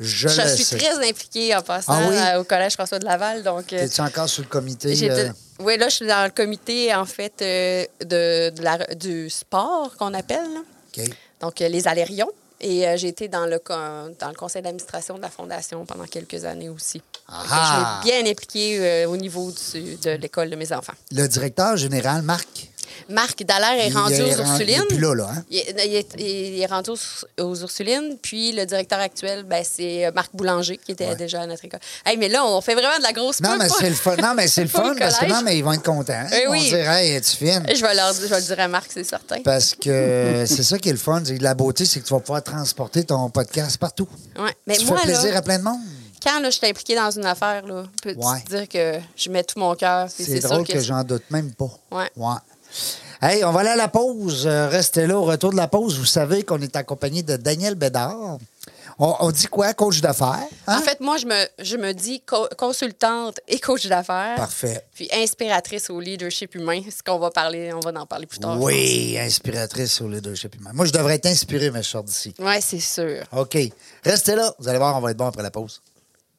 [SPEAKER 1] Je,
[SPEAKER 3] Je
[SPEAKER 1] le
[SPEAKER 3] suis
[SPEAKER 1] sais.
[SPEAKER 3] très impliquée en passant
[SPEAKER 1] Ah oui?
[SPEAKER 3] euh, au Collège François de Laval. Donc, euh,
[SPEAKER 1] T'es-tu encore sur le comité?
[SPEAKER 3] J'ai
[SPEAKER 1] euh,
[SPEAKER 3] peut- Oui, là, je suis dans le comité, en fait, euh, de, de la- du sport qu'on appelle, là.
[SPEAKER 1] OK.
[SPEAKER 3] donc euh, les Alérions. Et euh, j'ai été dans le, con- dans le conseil d'administration de la Fondation pendant quelques années aussi.
[SPEAKER 1] Ah
[SPEAKER 3] Fait que
[SPEAKER 1] ah!
[SPEAKER 3] Je suis bien impliquée euh, au niveau du- de l'école de mes enfants.
[SPEAKER 1] Le directeur général, Marc,
[SPEAKER 3] Marc Dallaire est
[SPEAKER 1] Il
[SPEAKER 3] rendu
[SPEAKER 1] est
[SPEAKER 3] aux
[SPEAKER 1] rendu- il est
[SPEAKER 3] Ursulines.
[SPEAKER 1] plus là, là, hein?
[SPEAKER 3] Il est, il est- il est rendu aux, aux Ursulines. Puis le directeur actuel, ben, c'est Marc Boulanger qui était déjà à notre école. Hey, mais là, on fait vraiment de la grosse
[SPEAKER 1] Non,
[SPEAKER 3] pub
[SPEAKER 1] mais
[SPEAKER 3] pour-
[SPEAKER 1] c'est le fun. Non, mais c'est le
[SPEAKER 3] pour
[SPEAKER 1] fun parce que
[SPEAKER 3] collège.
[SPEAKER 1] non, mais ils vont être contents. hein.
[SPEAKER 3] Eh
[SPEAKER 1] Ils vont
[SPEAKER 3] oui.
[SPEAKER 1] dire, hey, tu fine.
[SPEAKER 3] Je vais, leur, je vais le dire à Marc, c'est certain.
[SPEAKER 1] Parce que c'est ça qui est le fun. c'est que La beauté, c'est que tu vas pouvoir transporter ton podcast partout.
[SPEAKER 3] Ouais. Mais
[SPEAKER 1] Ben, tu
[SPEAKER 3] Ben, moi,
[SPEAKER 1] fais
[SPEAKER 3] là,
[SPEAKER 1] plaisir à plein de monde.
[SPEAKER 3] quand là, je suis impliquée dans une affaire, là, peux-tu
[SPEAKER 1] Ouais.
[SPEAKER 3] te dire que je mets tout mon cœur? puis
[SPEAKER 1] C'est
[SPEAKER 3] sûr
[SPEAKER 1] drôle que, j'en doute même pas.
[SPEAKER 3] Ouais.
[SPEAKER 1] Hey, on va aller à la pause. Euh, Restez là au retour de la pause. Vous savez qu'on est accompagné de Daniel Bédard. On, on dit quoi, coach d'affaires? hein?
[SPEAKER 3] En fait, moi, je me, je me dis co- consultante et coach d'affaires.
[SPEAKER 1] Parfait.
[SPEAKER 3] Puis inspiratrice au leadership humain. Ce qu'on va parler, on va en parler plus tard.
[SPEAKER 1] Oui, inspiratrice au leadership humain. Moi, je devrais être inspiré, mais je sors d'ici.
[SPEAKER 3] Oui, c'est sûr.
[SPEAKER 1] OK. Restez là. Vous allez voir, on va être bon après la pause.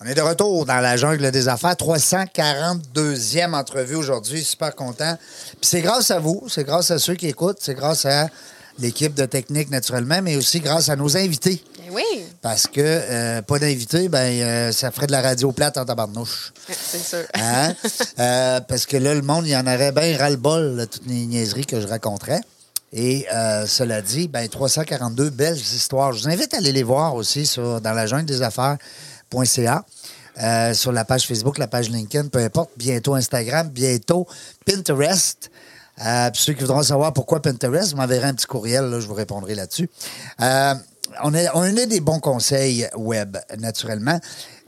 [SPEAKER 1] On est de retour dans la jungle des affaires. 342e entrevue aujourd'hui. Super content. Puis c'est grâce à vous, c'est grâce à ceux qui écoutent, c'est grâce à l'équipe de technique naturellement, mais aussi grâce à nos invités.
[SPEAKER 3] Ben oui,
[SPEAKER 1] Parce que euh, pas d'invités, ben euh, ça ferait de la radio plate en tabarnouche.
[SPEAKER 3] c'est sûr.
[SPEAKER 1] Hein? Euh, parce que là, le monde, il y en aurait bien ras-le-bol, là, toutes les niaiseries que je raconterais. Et euh, cela dit, ben 342 belles histoires. Je vous invite à aller les voir aussi sur, dans la jungle des affaires.ca. euh, sur la page Facebook, la page LinkedIn, peu importe, bientôt Instagram, bientôt Pinterest. Euh, puis ceux qui voudront savoir pourquoi Pinterest, vous m'enverrez un petit courriel, là, je vous répondrai là-dessus. Euh, on, a, on a des bons conseils web, naturellement.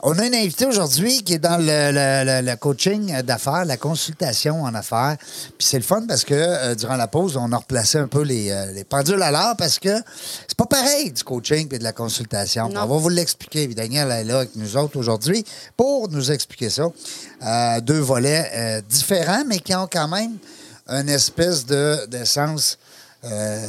[SPEAKER 1] On a un invité aujourd'hui qui est dans le, le- le- le coaching d'affaires, la consultation en affaires. Puis c'est le fun parce que euh, durant la pause, on a replacé un peu les, euh, les pendules à l'heure parce que c'est pas pareil du coaching et de la consultation.
[SPEAKER 3] Non.
[SPEAKER 1] On va vous l'expliquer. Puis Daniel est là avec nous autres aujourd'hui pour nous expliquer ça. Euh, deux volets euh, différents, mais qui ont quand même une espèce de, de sens euh,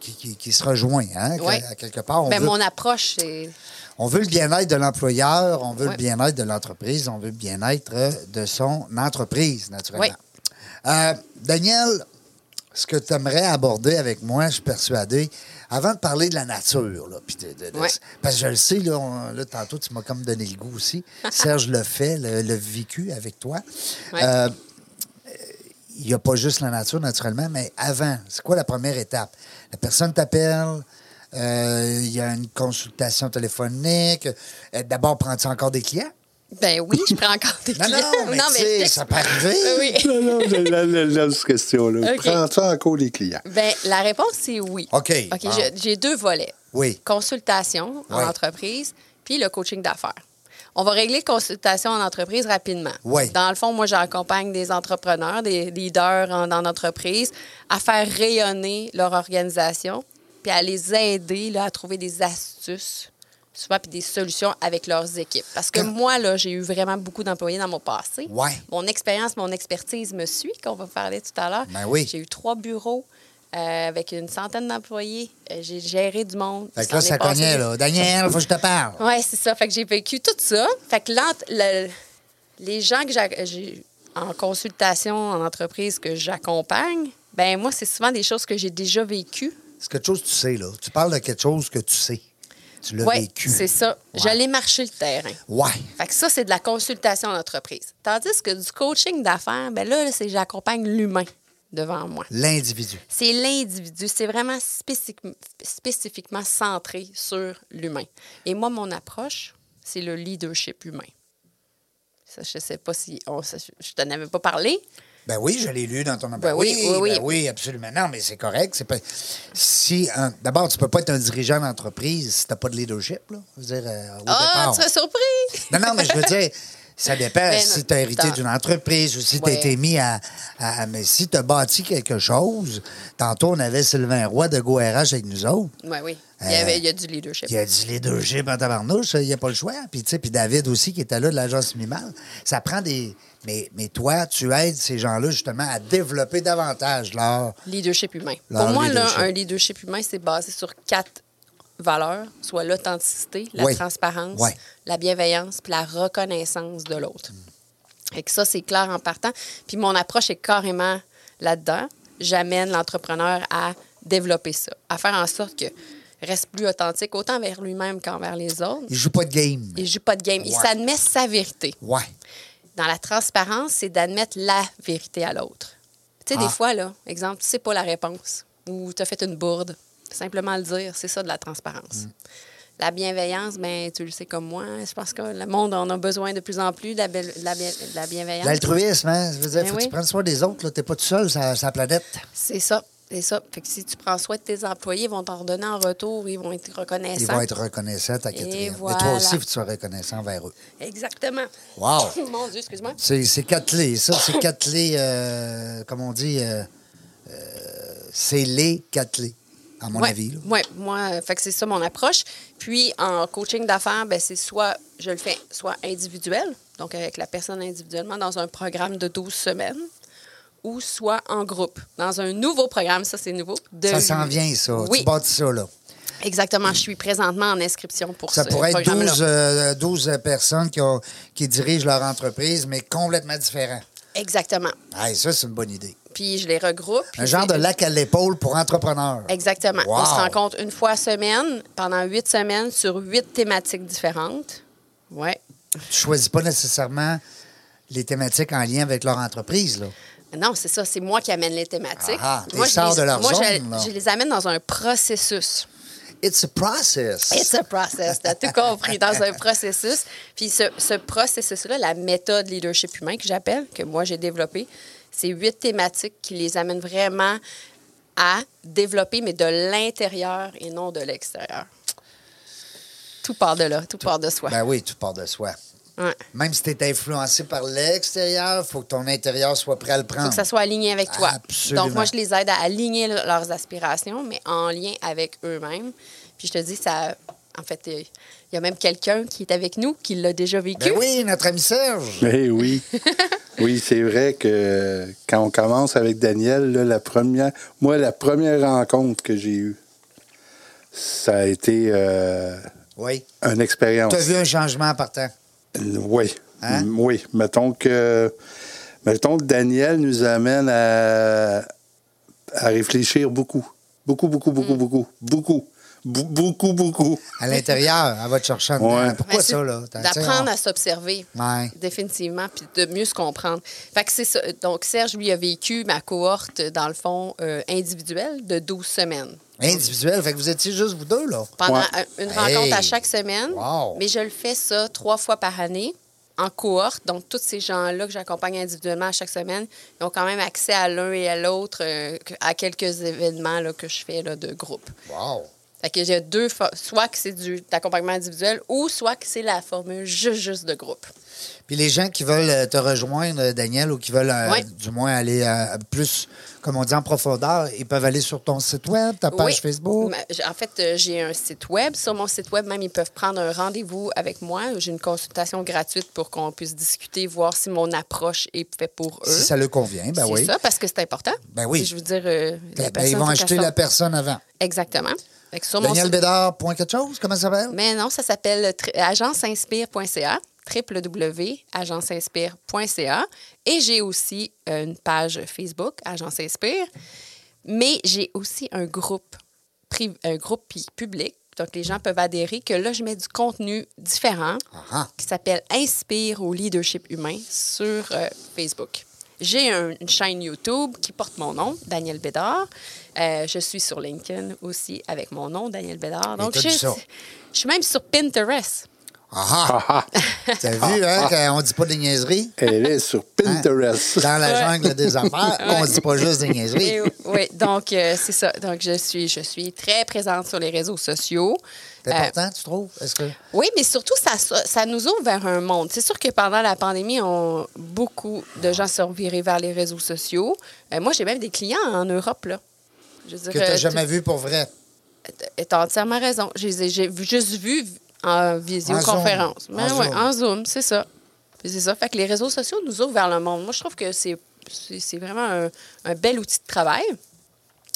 [SPEAKER 1] qui, qui- qui se rejoint, hein,
[SPEAKER 3] Ouais.
[SPEAKER 1] que- à quelque part. On,
[SPEAKER 3] Ben,
[SPEAKER 1] veut,
[SPEAKER 3] Mon approche, c'est.
[SPEAKER 1] on veut le bien-être de l'employeur, on veut
[SPEAKER 3] Ouais.
[SPEAKER 1] le bien-être de l'entreprise, on veut le bien-être euh, de son entreprise, naturellement.
[SPEAKER 3] Ouais.
[SPEAKER 1] Euh, Daniel, ce que tu aimerais aborder avec moi, je suis persuadé, avant de parler de la nature, là, puis de- de- de-
[SPEAKER 3] Ouais.
[SPEAKER 1] parce que je le sais, là, on- là, tantôt, tu m'as comme donné le goût aussi. Serge le fait, le, le vécu avec toi.
[SPEAKER 3] Ouais.
[SPEAKER 1] Euh, il n'y a pas juste la nature, naturellement, mais avant, c'est quoi la première étape? La personne t'appelle, euh, il y a une consultation téléphonique. Euh, D'abord, prends-tu encore des clients?
[SPEAKER 3] Ben oui, je prends encore des
[SPEAKER 1] Non,
[SPEAKER 3] clients.
[SPEAKER 1] non, mais, tu sais,
[SPEAKER 3] je
[SPEAKER 1] ça peut arriver.
[SPEAKER 3] t'explique-
[SPEAKER 2] Non,
[SPEAKER 3] Oui.
[SPEAKER 2] non, la, la- la- la question-là.
[SPEAKER 3] OK.
[SPEAKER 2] Prends-tu encore les clients?
[SPEAKER 3] Ben, la réponse, c'est oui.
[SPEAKER 1] OK.
[SPEAKER 3] OK,
[SPEAKER 1] Bon.
[SPEAKER 3] je- j'ai deux volets.
[SPEAKER 1] Oui.
[SPEAKER 3] Consultation en
[SPEAKER 1] Ouais.
[SPEAKER 3] entreprise, puis le coaching d'affaires. On va régler consultation en entreprise rapidement.
[SPEAKER 1] Ouais.
[SPEAKER 3] Dans le fond, moi, j'accompagne des entrepreneurs, des leaders en, en entreprise à faire rayonner leur organisation, puis à les aider là, à trouver des astuces, souvent, puis des solutions avec leurs équipes. Parce que
[SPEAKER 1] Quand-
[SPEAKER 3] moi, là, j'ai eu vraiment beaucoup d'employés dans mon passé.
[SPEAKER 1] Ouais.
[SPEAKER 3] Mon expérience, mon expertise me suit, qu'on va parler tout à l'heure.
[SPEAKER 1] Ben oui.
[SPEAKER 3] J'ai eu trois bureaux euh, avec une centaine d'employés. Euh, J'ai géré du monde.
[SPEAKER 1] Fait que là, ça cognait, là. Daniel, faut que je te parle.
[SPEAKER 3] Oui, c'est ça. Fait que j'ai vécu tout ça. Fait que l'ent- le- les gens que j'a- j'ai en consultation en entreprise que j'accompagne, ben moi, c'est souvent des choses que j'ai déjà vécues.
[SPEAKER 1] C'est quelque chose que tu sais, là. Tu parles de quelque chose que tu sais. Tu l'as
[SPEAKER 3] Oui,
[SPEAKER 1] vécu.
[SPEAKER 3] c'est ça.
[SPEAKER 1] Ouais.
[SPEAKER 3] J'allais marcher le terrain.
[SPEAKER 1] Ouais.
[SPEAKER 3] Fait que ça, c'est de la consultation en entreprise. Tandis que du coaching d'affaires, ben là, là, c'est j'accompagne l'humain devant moi.
[SPEAKER 1] L'individu.
[SPEAKER 3] C'est l'individu. C'est vraiment spécifi- spécifiquement centré sur l'humain. Et moi, mon approche, c'est le leadership humain. Ça, je ne sais pas si on- ça, je je t'en avais pas parlé.
[SPEAKER 1] Ben oui, je l'ai lu dans ton emploi.
[SPEAKER 3] Ben oui, oui, oui.
[SPEAKER 1] ben oui, absolument. Non, mais c'est correct. C'est pas... si, un- D'abord, tu peux pas être un dirigeant d'entreprise si tu n'as pas de leadership. Là. Je veux dire, euh, au
[SPEAKER 3] Ah,
[SPEAKER 1] départ.
[SPEAKER 3] tu serais surpris!
[SPEAKER 1] Non, non, mais je veux dire, ça dépend
[SPEAKER 3] Mais non,
[SPEAKER 1] si tu as hérité
[SPEAKER 3] t'as-
[SPEAKER 1] d'une entreprise ou si tu as
[SPEAKER 3] Ben, Ouais.
[SPEAKER 1] été mis à, à- Mais si tu as bâti quelque chose, tantôt, on avait Sylvain Roy de GoRH avec nous autres.
[SPEAKER 3] Ouais, oui, il y, avait, il y a du leadership.
[SPEAKER 1] Il a dit leadership en tabarnouche, il n'y a pas le choix. Puis, tu sais, puis David aussi, qui était là de l'agence Mimal. Ça prend des. Mais, mais toi, tu aides ces gens-là justement à développer davantage leur.
[SPEAKER 3] Leadership humain.
[SPEAKER 1] Leur
[SPEAKER 3] Pour moi, là,
[SPEAKER 1] leadership.
[SPEAKER 3] un leadership humain, c'est basé sur quatre valeurs, soit l'authenticité, la
[SPEAKER 1] Oui.
[SPEAKER 3] transparence,
[SPEAKER 1] Oui.
[SPEAKER 3] la bienveillance, puis la reconnaissance de l'autre. Et que ça, c'est clair en partant. Puis mon approche est carrément là-dedans. J'amène l'entrepreneur à développer ça, à faire en sorte que reste plus authentique autant vers lui-même qu'envers les autres.
[SPEAKER 1] Ils jouent pas de game.
[SPEAKER 3] Il joue pas de game. Il
[SPEAKER 1] Ouais.
[SPEAKER 3] s'admet sa vérité
[SPEAKER 1] Ouais.
[SPEAKER 3] dans la transparence, c'est d'admettre la vérité à l'autre. Tu sais,
[SPEAKER 1] Ah.
[SPEAKER 3] des fois, là, exemple, tu sais pas la réponse ou tu as fait une bourde. Simplement le dire, c'est ça de la
[SPEAKER 1] Mm.
[SPEAKER 3] transparence. La bienveillance, ben, tu le sais comme moi, je pense que le monde en a besoin de plus en plus de la, belle- de la bien- de la bienveillance.
[SPEAKER 1] L'altruisme, hein? Je veux dire,
[SPEAKER 3] Ben
[SPEAKER 1] faut que
[SPEAKER 3] Ah. oui.
[SPEAKER 1] tu prennes soin des autres, là. T'es pas tout seul sur la sur la planète.
[SPEAKER 3] C'est ça. C'est ça. Fait que si tu prends soin de tes employés, ils vont t'en redonner en retour, ils vont être reconnaissants.
[SPEAKER 1] Ils vont être reconnaissants, ta Catherine. Mais toi
[SPEAKER 3] voilà.
[SPEAKER 1] aussi, faut que tu sois reconnaissant envers eux.
[SPEAKER 3] Exactement.
[SPEAKER 1] Wow.
[SPEAKER 3] Mon Dieu, excuse-moi.
[SPEAKER 1] C'est c'est quatre clés. Ça, c'est quatre clés, euh, comme on dit, euh, euh, c'est les quatre clés, à mon
[SPEAKER 3] Ouais,
[SPEAKER 1] avis. là.
[SPEAKER 3] ouais, moi, euh, fait que c'est ça mon approche. Puis en coaching d'affaires, ben, c'est soit je le fais soit individuel, donc avec la personne individuellement dans un programme de 12 semaines, ou soit en groupe, dans un nouveau programme, ça c'est nouveau. de-
[SPEAKER 1] Ça s'en vient, ça. Tu
[SPEAKER 3] Oui,
[SPEAKER 1] bâtis ça, là.
[SPEAKER 3] exactement. Je suis présentement en inscription pour
[SPEAKER 1] Ça
[SPEAKER 3] ce
[SPEAKER 1] pourrait être
[SPEAKER 3] programme-là.
[SPEAKER 1] 12, euh, 12 personnes qui, ont- qui dirigent leur entreprise, mais complètement différents.
[SPEAKER 3] Exactement.
[SPEAKER 1] Hey, ça, c'est une bonne idée.
[SPEAKER 3] Puis je les regroupe. puis
[SPEAKER 1] Un
[SPEAKER 3] je
[SPEAKER 1] genre
[SPEAKER 3] fais-
[SPEAKER 1] de lac à l'épaule pour entrepreneurs.
[SPEAKER 3] Exactement.
[SPEAKER 1] Wow.
[SPEAKER 3] On se rencontre une fois semaine, pendant huit semaines, sur huit thématiques différentes. Ouais.
[SPEAKER 1] Tu choisis pas nécessairement les thématiques en lien avec leur entreprise, là.
[SPEAKER 3] Non, c'est ça. C'est moi qui amène les thématiques.
[SPEAKER 1] Ah, t'es
[SPEAKER 3] moi, je
[SPEAKER 1] sors
[SPEAKER 3] les,
[SPEAKER 1] de leur
[SPEAKER 3] moi, je-
[SPEAKER 1] zone, là.
[SPEAKER 3] je, les amène dans un processus.
[SPEAKER 1] It's a process.
[SPEAKER 3] It's a process. T'as tout compris. Dans un processus. Puis ce, ce processus-là, la méthode leadership humain que j'appelle, que moi j'ai développée, c'est huit thématiques qui les amènent vraiment à développer, mais de l'intérieur et non de l'extérieur. Tout part de là. Tout, part de soi.
[SPEAKER 1] Ben oui, tout part de soi.
[SPEAKER 3] Ouais.
[SPEAKER 1] Même si tu es influencé par l'extérieur, il faut que ton intérieur soit prêt à le prendre.
[SPEAKER 3] Faut que ça soit aligné avec toi.
[SPEAKER 1] Absolument.
[SPEAKER 3] Donc, moi, je les aide à aligner le- leurs aspirations, mais en lien avec eux-mêmes. Puis, je te dis, ça. En fait, euh, il y a même quelqu'un qui est avec nous qui l'a déjà vécu.
[SPEAKER 1] Ben oui, notre ami Serge.
[SPEAKER 2] Eh oui. oui, c'est vrai que quand on commence avec Daniel, là, la première, moi, la première rencontre que j'ai eue, ça a été euh,
[SPEAKER 1] Oui.
[SPEAKER 2] une expérience.
[SPEAKER 1] Tu as vu un changement en partant.
[SPEAKER 2] Euh, Oui.
[SPEAKER 1] Hein?
[SPEAKER 2] M- Oui. Mettons que, mettons que Daniel nous amène à, à réfléchir beaucoup. Beaucoup, beaucoup,
[SPEAKER 1] Mm.
[SPEAKER 2] beaucoup, beaucoup. Beaucoup. Bou- Beaucoup, beaucoup.
[SPEAKER 1] À l'intérieur, elle va te chercher en dedans.
[SPEAKER 2] Ouais.
[SPEAKER 1] Pourquoi
[SPEAKER 3] Mais
[SPEAKER 1] ça,
[SPEAKER 3] Ben, c'est
[SPEAKER 1] là? T'as-
[SPEAKER 3] D'apprendre
[SPEAKER 1] t'sais,
[SPEAKER 3] à s'observer.
[SPEAKER 1] Ouais.
[SPEAKER 3] Définitivement, puis de mieux se comprendre. Fait que c'est ça. Donc, Serge, lui, a vécu ma cohorte, dans le fond, euh, individuelle de 12 semaines.
[SPEAKER 1] on- Individuel, fait que vous étiez juste vous deux, là.
[SPEAKER 3] pendant
[SPEAKER 2] Ouais.
[SPEAKER 3] un- une
[SPEAKER 1] Hey!
[SPEAKER 3] rencontre à chaque semaine.
[SPEAKER 1] Wow!
[SPEAKER 3] Mais je le fais ça trois fois par année en cohorte. Donc, tous ces gens-là que j'accompagne individuellement à chaque semaine, ils ont quand même accès à l'un et à l'autre euh, que- à quelques événements là, que je fais là, de groupe.
[SPEAKER 1] Wow!
[SPEAKER 3] Fait que j'ai deux fois, soit que c'est du d'accompagnement individuel ou soit que c'est la formule juste, juste de groupe.
[SPEAKER 1] Puis les gens qui veulent euh, te rejoindre, euh, Daniel, ou qui veulent euh,
[SPEAKER 3] Ouais.
[SPEAKER 1] du moins aller euh, plus, comme on dit, en profondeur, ils peuvent aller sur ton site web, ta page
[SPEAKER 3] Oui.
[SPEAKER 1] Facebook.
[SPEAKER 3] Ma- j'- En fait, euh, j'ai un site web. Sur mon site web, même, ils peuvent prendre un rendez-vous avec moi. J'ai une consultation gratuite pour qu'on puisse discuter, voir si mon approche est faite pour eux.
[SPEAKER 1] Si ça leur convient, ben
[SPEAKER 3] c'est
[SPEAKER 1] oui.
[SPEAKER 3] ça, parce que c'est important.
[SPEAKER 1] Ben oui.
[SPEAKER 3] Si Je veux dire, euh, la
[SPEAKER 1] Ben,
[SPEAKER 3] personne,
[SPEAKER 1] ils vont
[SPEAKER 3] faut
[SPEAKER 1] acheter
[SPEAKER 3] qu'elle
[SPEAKER 1] la
[SPEAKER 3] sorte.
[SPEAKER 1] personne avant.
[SPEAKER 3] Exactement. Fait que sur mon
[SPEAKER 1] Daniel
[SPEAKER 3] site-
[SPEAKER 1] Bédard, point quelque chose, comment ça s'appelle?
[SPEAKER 3] Mais non, ça s'appelle tri- agenceinspire.ca www.agenceinspire.ca et j'ai aussi euh, une page Facebook Agence Inspire mais j'ai aussi un groupe priv- un groupe pi- public donc les gens peuvent adhérer que là je mets du contenu différent
[SPEAKER 1] Ah-ha.
[SPEAKER 3] qui s'appelle Inspire au leadership humain sur euh, Facebook. J'ai un- une chaîne YouTube qui porte mon nom, Daniel Bédard. Euh, je suis sur LinkedIn aussi avec mon nom, Daniel Bédard. Donc,
[SPEAKER 1] t'as
[SPEAKER 3] je,
[SPEAKER 1] dit ça.
[SPEAKER 3] je suis même sur Pinterest.
[SPEAKER 1] Ah ah! T'as vu,
[SPEAKER 3] ah.
[SPEAKER 1] hein, qu'on dit pas des niaiseries?
[SPEAKER 2] Elle est sur
[SPEAKER 1] Hein?
[SPEAKER 2] Pinterest.
[SPEAKER 1] Dans la
[SPEAKER 3] Ouais.
[SPEAKER 1] jungle des affaires, on dit pas juste des niaiseries.
[SPEAKER 3] Et- oui, donc euh, c'est ça. Donc je suis, je suis très présente sur les réseaux sociaux.
[SPEAKER 1] C'est
[SPEAKER 3] Euh,
[SPEAKER 1] important, tu trouves? Est-ce que.
[SPEAKER 3] Oui, mais surtout, ça, ça nous ouvre vers un monde. C'est sûr que pendant la pandémie, on, beaucoup de gens se sont virés vers les réseaux sociaux. Euh, moi, j'ai même des clients en Europe, là. Je euh,
[SPEAKER 1] Que t'as jamais
[SPEAKER 3] tu-
[SPEAKER 1] vu pour vrai?
[SPEAKER 3] t'as- T'as entièrement raison. Je les ai- J'ai vu- juste vu en visioconférence.
[SPEAKER 1] Zoom.
[SPEAKER 3] Mais
[SPEAKER 1] En
[SPEAKER 3] ouais,
[SPEAKER 1] Zoom.
[SPEAKER 3] en Zoom, c'est ça. Puis C'est ça. Fait que les réseaux sociaux nous ouvrent vers le monde. Moi, je trouve que c'est c'est c'est vraiment un, un bel outil de travail.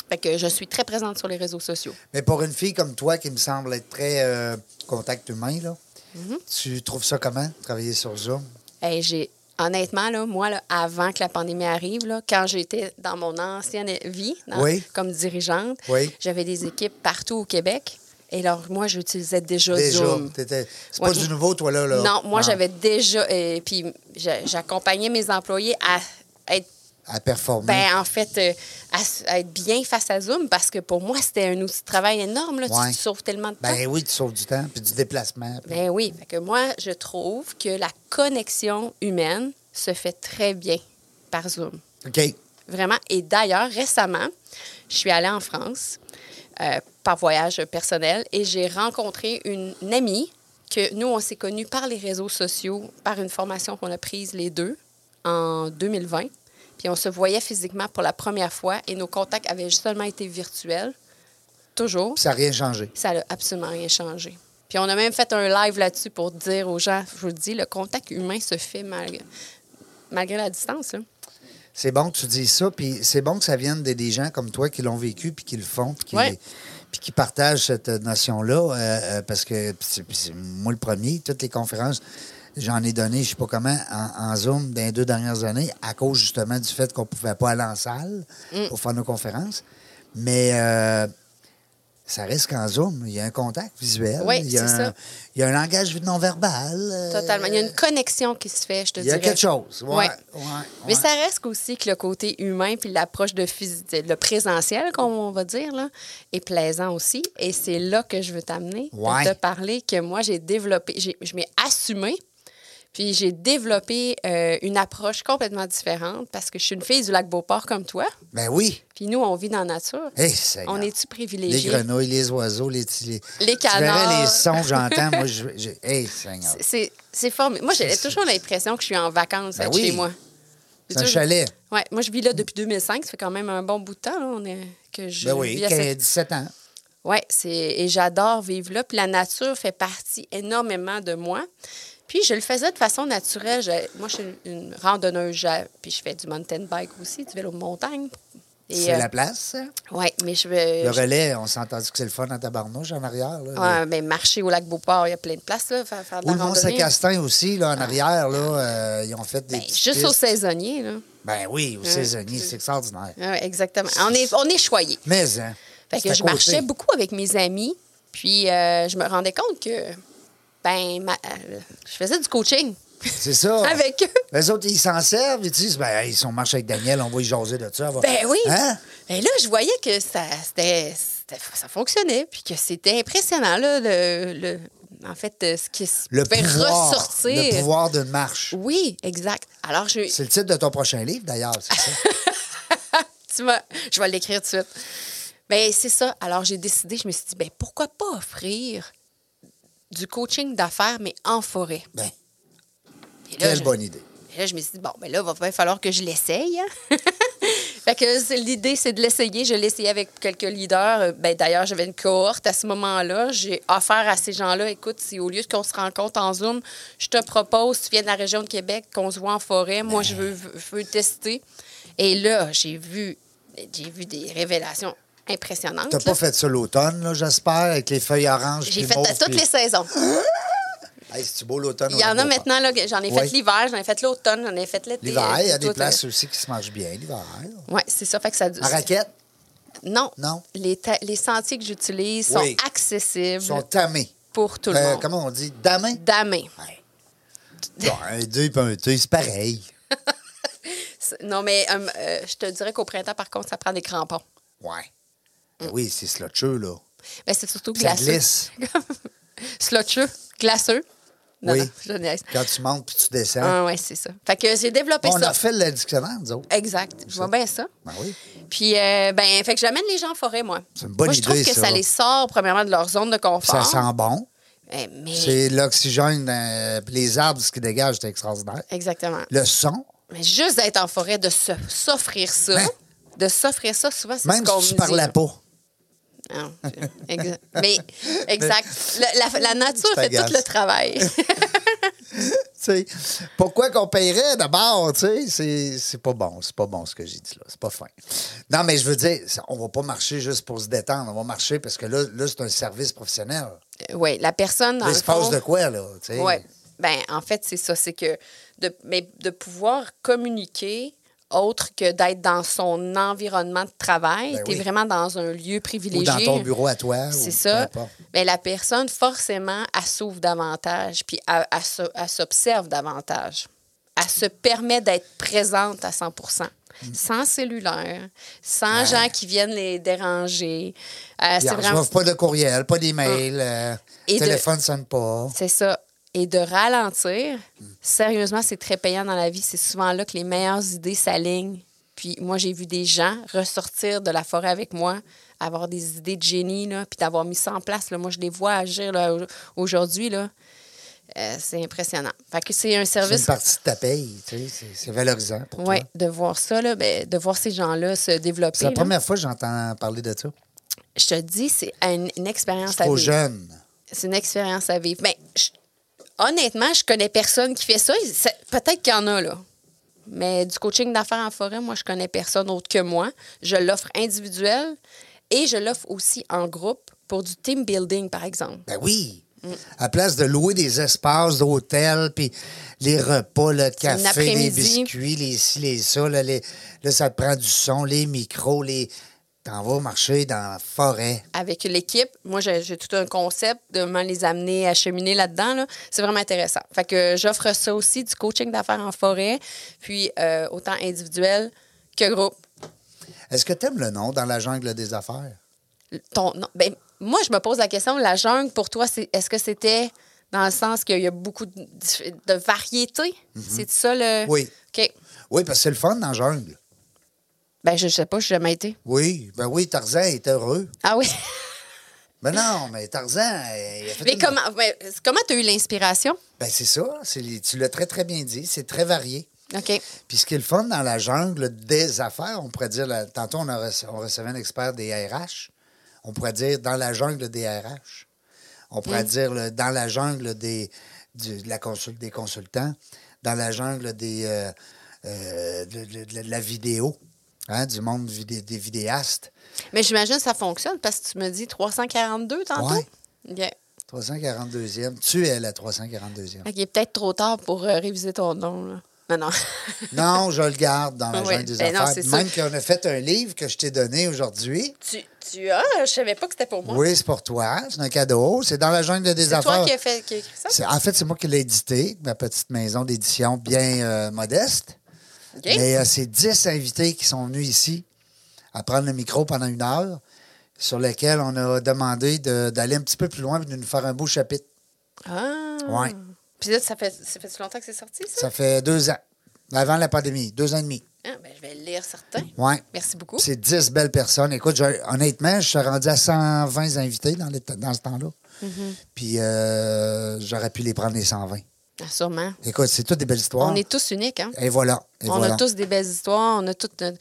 [SPEAKER 3] Fait que je suis très présente sur les réseaux sociaux.
[SPEAKER 1] Mais pour une fille comme toi qui me semble être très euh, contact humain, là,
[SPEAKER 3] Mhm.
[SPEAKER 1] tu trouves ça comment, travailler sur Zoom?
[SPEAKER 3] Hey, j'ai honnêtement là, moi là, avant que la pandémie arrive là, quand j'étais dans mon ancienne vie dans-
[SPEAKER 1] Oui.
[SPEAKER 3] comme dirigeante,
[SPEAKER 1] Oui.
[SPEAKER 3] j'avais des équipes partout au Québec et alors moi j'utilisais déjà,
[SPEAKER 1] Déjà,
[SPEAKER 3] Zoom.
[SPEAKER 1] t'étais- c'est
[SPEAKER 3] Ouais.
[SPEAKER 1] pas du nouveau, toi, là. là.
[SPEAKER 3] Non, moi
[SPEAKER 1] Ah.
[SPEAKER 3] j'avais déjà et puis j'a- j'accompagnais mes employés à être
[SPEAKER 1] À performer.
[SPEAKER 3] ben, en fait, euh, à, s- à être bien face à Zoom, parce que pour moi, c'était un outil de travail énorme. Là. Tu-
[SPEAKER 1] Ouais.
[SPEAKER 3] Tu, sauves tellement de temps.
[SPEAKER 1] Ben oui, tu sauves du temps, puis du déplacement. puis-
[SPEAKER 3] Ben oui, fait que moi, je trouve que la connexion humaine se fait très bien par Zoom.
[SPEAKER 1] OK.
[SPEAKER 3] Vraiment. Et d'ailleurs, récemment, je suis allée en France euh, par voyage personnel et j'ai rencontré une, une amie que nous, on s'est connus par les réseaux sociaux, par une formation qu'on a prise les deux en 2020. Puis on se voyait physiquement pour la première fois et nos contacts avaient seulement été virtuels, toujours.
[SPEAKER 1] Puis ça n'a rien changé.
[SPEAKER 3] Ça n'a absolument rien changé. Puis on a même fait un live là-dessus pour dire aux gens, je vous le dis, le contact humain se fait malgré, malgré la distance. là.
[SPEAKER 1] C'est bon que tu dis ça, puis c'est bon que ça vienne des, des gens comme toi qui l'ont vécu, puis qui le font, puis qui,
[SPEAKER 3] Ouais.
[SPEAKER 1] puis qui partagent cette notion-là, euh, euh, parce que puis c'est- puis c'est moi le premier, toutes les conférences, j'en ai donné, je sais pas comment, en, en Zoom dans les deux dernières années, à cause justement du fait qu'on pouvait pas aller en salle
[SPEAKER 3] Mm.
[SPEAKER 1] pour faire nos conférences. Mais euh, ça reste qu'en Zoom, il y a un contact visuel,
[SPEAKER 3] Ouais,
[SPEAKER 1] il, y a
[SPEAKER 3] c'est
[SPEAKER 1] un,
[SPEAKER 3] ça.
[SPEAKER 1] il y a un langage non-verbal. euh,
[SPEAKER 3] Totalement. Il y a une connexion qui se fait, je te
[SPEAKER 1] Il
[SPEAKER 3] dirais.
[SPEAKER 1] y a quelque chose. Ouais,
[SPEAKER 3] Ouais.
[SPEAKER 1] ouais,
[SPEAKER 3] Mais
[SPEAKER 1] ouais.
[SPEAKER 3] ça reste aussi que le côté humain puis l'approche de, phys- de- le présentiel, comme on va dire, là, est plaisant aussi. Et c'est là que je veux t'amener pour
[SPEAKER 1] Ouais.
[SPEAKER 3] te parler que moi, j'ai développé, j'ai- je m'ai assumée, puis j'ai développé euh, une approche complètement différente parce que je suis une fille du lac Beauport comme toi.
[SPEAKER 1] Ben oui.
[SPEAKER 3] Puis nous, on vit dans la nature.
[SPEAKER 1] Hey, Seigneur.
[SPEAKER 3] on
[SPEAKER 1] Eh,
[SPEAKER 3] est-tu
[SPEAKER 1] Les
[SPEAKER 3] privilégiés?
[SPEAKER 1] grenouilles, les oiseaux, les petits- les,
[SPEAKER 3] Les
[SPEAKER 1] Tu verrais
[SPEAKER 3] canards.
[SPEAKER 1] les sons que j'entends. moi, je, je- hey, Seigneur.
[SPEAKER 3] C'est- C'est c'est formidable. Moi, j'ai toujours l'impression que je suis en vacances
[SPEAKER 1] Ben
[SPEAKER 3] là,
[SPEAKER 1] oui.
[SPEAKER 3] chez moi. J'ai
[SPEAKER 1] C'est un
[SPEAKER 3] toujours-
[SPEAKER 1] chalet. Ben
[SPEAKER 3] Ouais, moi, je vis là depuis 2005. Ça fait quand même un bon bout de temps là, on est- que je
[SPEAKER 1] Ben oui,
[SPEAKER 3] vis à cette-
[SPEAKER 1] 15, 17 ans.
[SPEAKER 3] Ouais, c'est et j'adore vivre là. Puis la nature fait partie énormément de moi. Puis je le faisais de façon naturelle. Je- Moi, je suis une randonneuse, j'a- puis je fais du mountain bike aussi, du vélo de montagne. Et,
[SPEAKER 1] C'est
[SPEAKER 3] euh,
[SPEAKER 1] la place. ça.
[SPEAKER 3] ouais, mais je vais.
[SPEAKER 1] Le
[SPEAKER 3] je-
[SPEAKER 1] relais, on s'est entendu que c'est le fun à Tabarnouche en arrière. Là,
[SPEAKER 3] ouais, ben, marcher au lac Beauport, il y a plein de places là, faire, faire de
[SPEAKER 1] Ou
[SPEAKER 3] la
[SPEAKER 1] le
[SPEAKER 3] randonnée.
[SPEAKER 1] Mont-Saint-Castin aussi, là, en arrière, là, euh, ils ont fait des.
[SPEAKER 3] Ah. Ben,
[SPEAKER 1] petites
[SPEAKER 3] juste Hum. aux
[SPEAKER 1] pistes.
[SPEAKER 3] saisonniers, là.
[SPEAKER 1] Ben oui, aux saisonniers, c'est extraordinaire.
[SPEAKER 3] Ouais, exactement. On est, on est choyés.
[SPEAKER 1] Mais, hein.
[SPEAKER 3] Fait
[SPEAKER 1] c'est
[SPEAKER 3] que
[SPEAKER 1] à
[SPEAKER 3] je
[SPEAKER 1] côté.
[SPEAKER 3] marchais beaucoup avec mes amis, puis euh, je me rendais compte que, ben, ma- euh, je faisais du coaching
[SPEAKER 1] C'est ça.
[SPEAKER 3] avec eux.
[SPEAKER 1] Les autres, ils s'en servent, ils disent, ben, ils sont marchés avec Daniel, on va y jaser de ça. on va-
[SPEAKER 3] Ben oui.
[SPEAKER 1] Hein?
[SPEAKER 3] Ben là, je voyais que ça, c'était, c'était- ça fonctionnait, puis que c'était impressionnant, là, le, le- en fait, euh, ce qui se
[SPEAKER 1] Le
[SPEAKER 3] pouvait
[SPEAKER 1] pouvoir,
[SPEAKER 3] ressortir.
[SPEAKER 1] Le pouvoir d'une marche.
[SPEAKER 3] Oui, exact. Alors, je,
[SPEAKER 1] C'est le titre de ton prochain livre, d'ailleurs, c'est ça?
[SPEAKER 3] tu m'as- je vais l'écrire tout de suite. Ben, c'est ça. Alors, j'ai décidé, je me suis dit, ben, pourquoi pas offrir du coaching d'affaires, mais en forêt?
[SPEAKER 1] Ben,
[SPEAKER 3] Et là,
[SPEAKER 1] quelle
[SPEAKER 3] je-
[SPEAKER 1] bonne idée.
[SPEAKER 3] Et là, je me suis dit, bon, ben là, va bien falloir que je l'essaye. hein. fait que c'est- l'idée, c'est de l'essayer. Je l'ai essayé avec quelques leaders. Euh, Ben, D'ailleurs, j'avais une cohorte à ce moment-là. J'ai offert à ces gens-là, écoute, si au lieu qu'on se rencontre en Zoom, je te propose, tu viens de la région de Québec, qu'on se voit en forêt. Moi, je veux, je veux tester. Et là, j'ai vu, j'ai vu des révélations impressionnantes.
[SPEAKER 1] T'as
[SPEAKER 3] là.
[SPEAKER 1] pas fait ça l'automne, là, j'espère, avec les feuilles oranges.
[SPEAKER 3] J'ai
[SPEAKER 1] puis
[SPEAKER 3] fait
[SPEAKER 1] mauves,
[SPEAKER 3] à toutes
[SPEAKER 1] puis- Ah,
[SPEAKER 3] les saisons.
[SPEAKER 1] Hey, c'est-tu beau l'automne?
[SPEAKER 3] Il y en a maintenant, là, que j'en ai fait
[SPEAKER 1] Oui.
[SPEAKER 3] l'hiver, j'en ai fait l'automne, j'en ai fait l'été.
[SPEAKER 1] L'hiver, il y a
[SPEAKER 3] Tout,
[SPEAKER 1] des
[SPEAKER 3] euh,
[SPEAKER 1] places aussi qui se mangent bien, l'hiver.
[SPEAKER 3] Oui, c'est ça. Fait que ça
[SPEAKER 1] En raquette,
[SPEAKER 3] Non.
[SPEAKER 1] Non.
[SPEAKER 3] Les, ta- les sentiers que j'utilise sont
[SPEAKER 1] Oui.
[SPEAKER 3] accessibles
[SPEAKER 1] ils sont tamés.
[SPEAKER 3] pour tout le
[SPEAKER 1] Euh,
[SPEAKER 3] monde.
[SPEAKER 1] comment on dit? Damés?
[SPEAKER 3] Damé.
[SPEAKER 1] Ouais. Bon, un deux et un deux, c'est pareil.
[SPEAKER 3] C'est- Non, mais euh, euh, je te dirais qu'au printemps, par contre, ça prend des crampons.
[SPEAKER 1] Ouais.
[SPEAKER 3] Mm.
[SPEAKER 1] Ben oui, c'est slotcheux, là.
[SPEAKER 3] Mais c'est surtout
[SPEAKER 1] Ça
[SPEAKER 3] glaceux.
[SPEAKER 1] glisse.
[SPEAKER 3] Slotcheux, glaceux. Non,
[SPEAKER 1] Oui. Hein?
[SPEAKER 3] non, je niaise.
[SPEAKER 1] Quand tu montes puis tu descends.
[SPEAKER 3] Ah, ouais, c'est ça. Fait que j'ai développé
[SPEAKER 1] on
[SPEAKER 3] ça.
[SPEAKER 1] a fait le dictionnaire, nous autres.
[SPEAKER 3] Exact. Je vois bien ça.
[SPEAKER 1] Ben oui.
[SPEAKER 3] Puis, euh, ben, fait que j'amène les gens en forêt, moi.
[SPEAKER 1] C'est une bonne
[SPEAKER 3] moi, je trouve
[SPEAKER 1] idée,
[SPEAKER 3] que
[SPEAKER 1] ça.
[SPEAKER 3] ça. les sort, premièrement, de leur zone de confort.
[SPEAKER 1] Ça sent bon.
[SPEAKER 3] Eh, mais...
[SPEAKER 1] C'est l'oxygène, euh, puis les arbres, ce qui dégage, c'est extraordinaire.
[SPEAKER 3] Exactement.
[SPEAKER 1] Le son,
[SPEAKER 3] Mais juste d'être en forêt, de se- s'offrir ça,
[SPEAKER 1] Hein?
[SPEAKER 3] de s'offrir ça, souvent, c'est ce
[SPEAKER 1] même
[SPEAKER 3] qu'on
[SPEAKER 1] si tu
[SPEAKER 3] me dit,
[SPEAKER 1] parlais
[SPEAKER 3] là.
[SPEAKER 1] pas.
[SPEAKER 3] Non, je- Ah, exa- Mais, exact. Le- la, la nature
[SPEAKER 1] Tu
[SPEAKER 3] fait tout
[SPEAKER 1] t'agaces.
[SPEAKER 3] le travail.
[SPEAKER 1] Tu sais, pourquoi qu'on paierait d'abord, tu sais, c'est- c'est pas bon, c'est pas bon ce que j'ai dit là, c'est pas fin. Non, mais je veux dire, ça- on va pas marcher juste pour se détendre, on va marcher parce que là, là c'est un service professionnel.
[SPEAKER 3] oui, la personne, dans
[SPEAKER 1] Là, il
[SPEAKER 3] le
[SPEAKER 1] se passe
[SPEAKER 3] fond...
[SPEAKER 1] de quoi, là, tu sais?
[SPEAKER 3] Oui. Ben, en fait, c'est ça. C'est que de, mais de pouvoir communiquer autre que d'être dans son environnement de travail,
[SPEAKER 1] Ben
[SPEAKER 3] tu es
[SPEAKER 1] oui.
[SPEAKER 3] vraiment dans un lieu privilégié.
[SPEAKER 1] Ou dans ton bureau à toi. ou
[SPEAKER 3] C'est
[SPEAKER 1] peu
[SPEAKER 3] ça.
[SPEAKER 1] importe.
[SPEAKER 3] Mais la personne, forcément, elle s'ouvre davantage, puis elle, elle se- elle s'observe davantage. Elle se permet d'être présente à 100
[SPEAKER 1] Mm.
[SPEAKER 3] sans cellulaire, sans gens qui viennent les déranger. Euh,
[SPEAKER 1] Ils
[SPEAKER 3] c'est
[SPEAKER 1] ne
[SPEAKER 3] vraiment. Ah.
[SPEAKER 1] reçoivent pas de courriel, pas d'email, euh,
[SPEAKER 3] Et
[SPEAKER 1] le
[SPEAKER 3] de-
[SPEAKER 1] téléphone ne sonne pas.
[SPEAKER 3] C'est ça. Et de ralentir, sérieusement, c'est très payant dans la vie. C'est souvent là que les meilleures idées s'alignent. Puis moi, j'ai vu des gens ressortir de la forêt avec moi, avoir des idées de génie, là, puis d'avoir mis ça en place. là. Moi, je les vois agir là, au- aujourd'hui. là. Euh, c'est impressionnant. Fait que c'est un
[SPEAKER 1] C'est une
[SPEAKER 3] service.
[SPEAKER 1] partie de ta paye, tu sais, c'est- c'est valorisant pour
[SPEAKER 3] Oui,
[SPEAKER 1] toi.
[SPEAKER 3] de voir ça, là, ben, de voir ces gens-là se développer.
[SPEAKER 1] C'est la
[SPEAKER 3] là.
[SPEAKER 1] première fois que j'entends parler de ça.
[SPEAKER 3] Je te dis, c'est une, une expérience à
[SPEAKER 1] Trop
[SPEAKER 3] vivre.
[SPEAKER 1] jeune.
[SPEAKER 3] c'est une expérience à vivre. Mais honnêtement, je connais personne qui fait ça. Ça- Peut-être qu'il y en a, là. Mais du coaching d'affaires en forêt, moi, je connais personne autre que moi. Je l'offre individuel et je l'offre aussi en groupe pour du team building, par exemple.
[SPEAKER 1] Ben oui. À place de louer des espaces d'hôtel, puis les repas, le café, les
[SPEAKER 3] après-midi.
[SPEAKER 1] biscuits, les ci, les ça, là, les- là, ça te prend du son, les micros, les. T'en vas marcher dans la forêt.
[SPEAKER 3] Avec l'équipe, moi, j'ai j'ai tout un concept de comment les amener à cheminer là-dedans. là. C'est vraiment intéressant. Fait que j'offre ça aussi, du coaching d'affaires en forêt, puis euh, autant individuel que groupe.
[SPEAKER 1] Est-ce que t'aimes le nom dans la jungle des affaires?
[SPEAKER 3] ton nom- ben, moi, je me pose la question, la jungle, pour toi, c'est, est-ce que c'était dans le sens qu'il y a beaucoup de, dif- de variétés? C'est ça le...
[SPEAKER 1] Mhm. Oui.
[SPEAKER 3] OK.
[SPEAKER 1] Oui, parce que c'est le fun dans la jungle.
[SPEAKER 3] Ben, je, je sais pas, je jamais été.
[SPEAKER 1] Oui, ben oui, Tarzan est heureux.
[SPEAKER 3] Ah oui?
[SPEAKER 1] Ben non, mais Tarzan, il a fait
[SPEAKER 3] Mais
[SPEAKER 1] une-
[SPEAKER 3] comment mais comment tu as eu l'inspiration?
[SPEAKER 1] Ben c'est ça, c'est les- tu l'as très très bien dit, c'est très varié.
[SPEAKER 3] OK.
[SPEAKER 1] Puis ce qui est le fun dans la jungle des affaires, on pourrait dire, la- tantôt on, a rece- on recevait un expert des RH, on pourrait dire dans la jungle des RH, on pourrait
[SPEAKER 3] Mm.
[SPEAKER 1] dire le- dans la jungle des, du- de la consul- des consultants, dans la jungle des, euh, euh, de, de- de- de la vidéo, hein, du monde vidé- des vidéastes.
[SPEAKER 3] Mais j'imagine que ça fonctionne parce que tu me dis 342 tantôt.
[SPEAKER 1] Ouais.
[SPEAKER 3] Bien.
[SPEAKER 1] 342e, tu es la 342e.
[SPEAKER 3] Fait qu'il est peut-être trop tard pour euh, réviser ton nom. là. Non, non.
[SPEAKER 1] Non, je le garde dans la
[SPEAKER 3] Oui,
[SPEAKER 1] jungle des
[SPEAKER 3] ben non,
[SPEAKER 1] affaires.
[SPEAKER 3] c'est
[SPEAKER 1] Même qu'on a fait un livre que je t'ai donné aujourd'hui.
[SPEAKER 3] tu, tu as... Je savais pas que c'était pour moi.
[SPEAKER 1] Oui, c'est pour toi. C'est un cadeau. C'est dans la jungle des
[SPEAKER 3] C'est
[SPEAKER 1] affaires.
[SPEAKER 3] toi qui as, fait, qui as écrit ça?
[SPEAKER 1] C'est- En fait, c'est moi qui l'ai édité, ma petite maison d'édition bien euh, modeste.
[SPEAKER 3] OK.
[SPEAKER 1] Mais euh, c'est 10 invités qui sont venus ici à prendre le micro pendant une heure, sur lequel on a demandé de- d'aller un petit peu plus loin et de nous faire un beau chapitre.
[SPEAKER 3] Ah.
[SPEAKER 1] Ouais.
[SPEAKER 3] Puis là, ça fait, ça fait longtemps que c'est sorti, ça?
[SPEAKER 1] Ça fait deux ans, avant la pandémie, deux ans et demi.
[SPEAKER 3] Ah, ben, je vais le lire certains.
[SPEAKER 1] Ouais.
[SPEAKER 3] Merci beaucoup.
[SPEAKER 1] C'est 10 belles personnes. Écoute, j'ai- honnêtement, je suis rendu à 120 invités dans, le- dans ce temps-là.
[SPEAKER 3] Mm-hmm.
[SPEAKER 1] Puis euh, j'aurais pu les prendre les 120.
[SPEAKER 3] Ah, sûrement.
[SPEAKER 1] Écoute, c'est toutes des belles histoires.
[SPEAKER 3] On est tous uniques, hein?
[SPEAKER 1] Et voilà. Et
[SPEAKER 3] on
[SPEAKER 1] voilà.
[SPEAKER 3] a tous des belles histoires, on a toutes notre-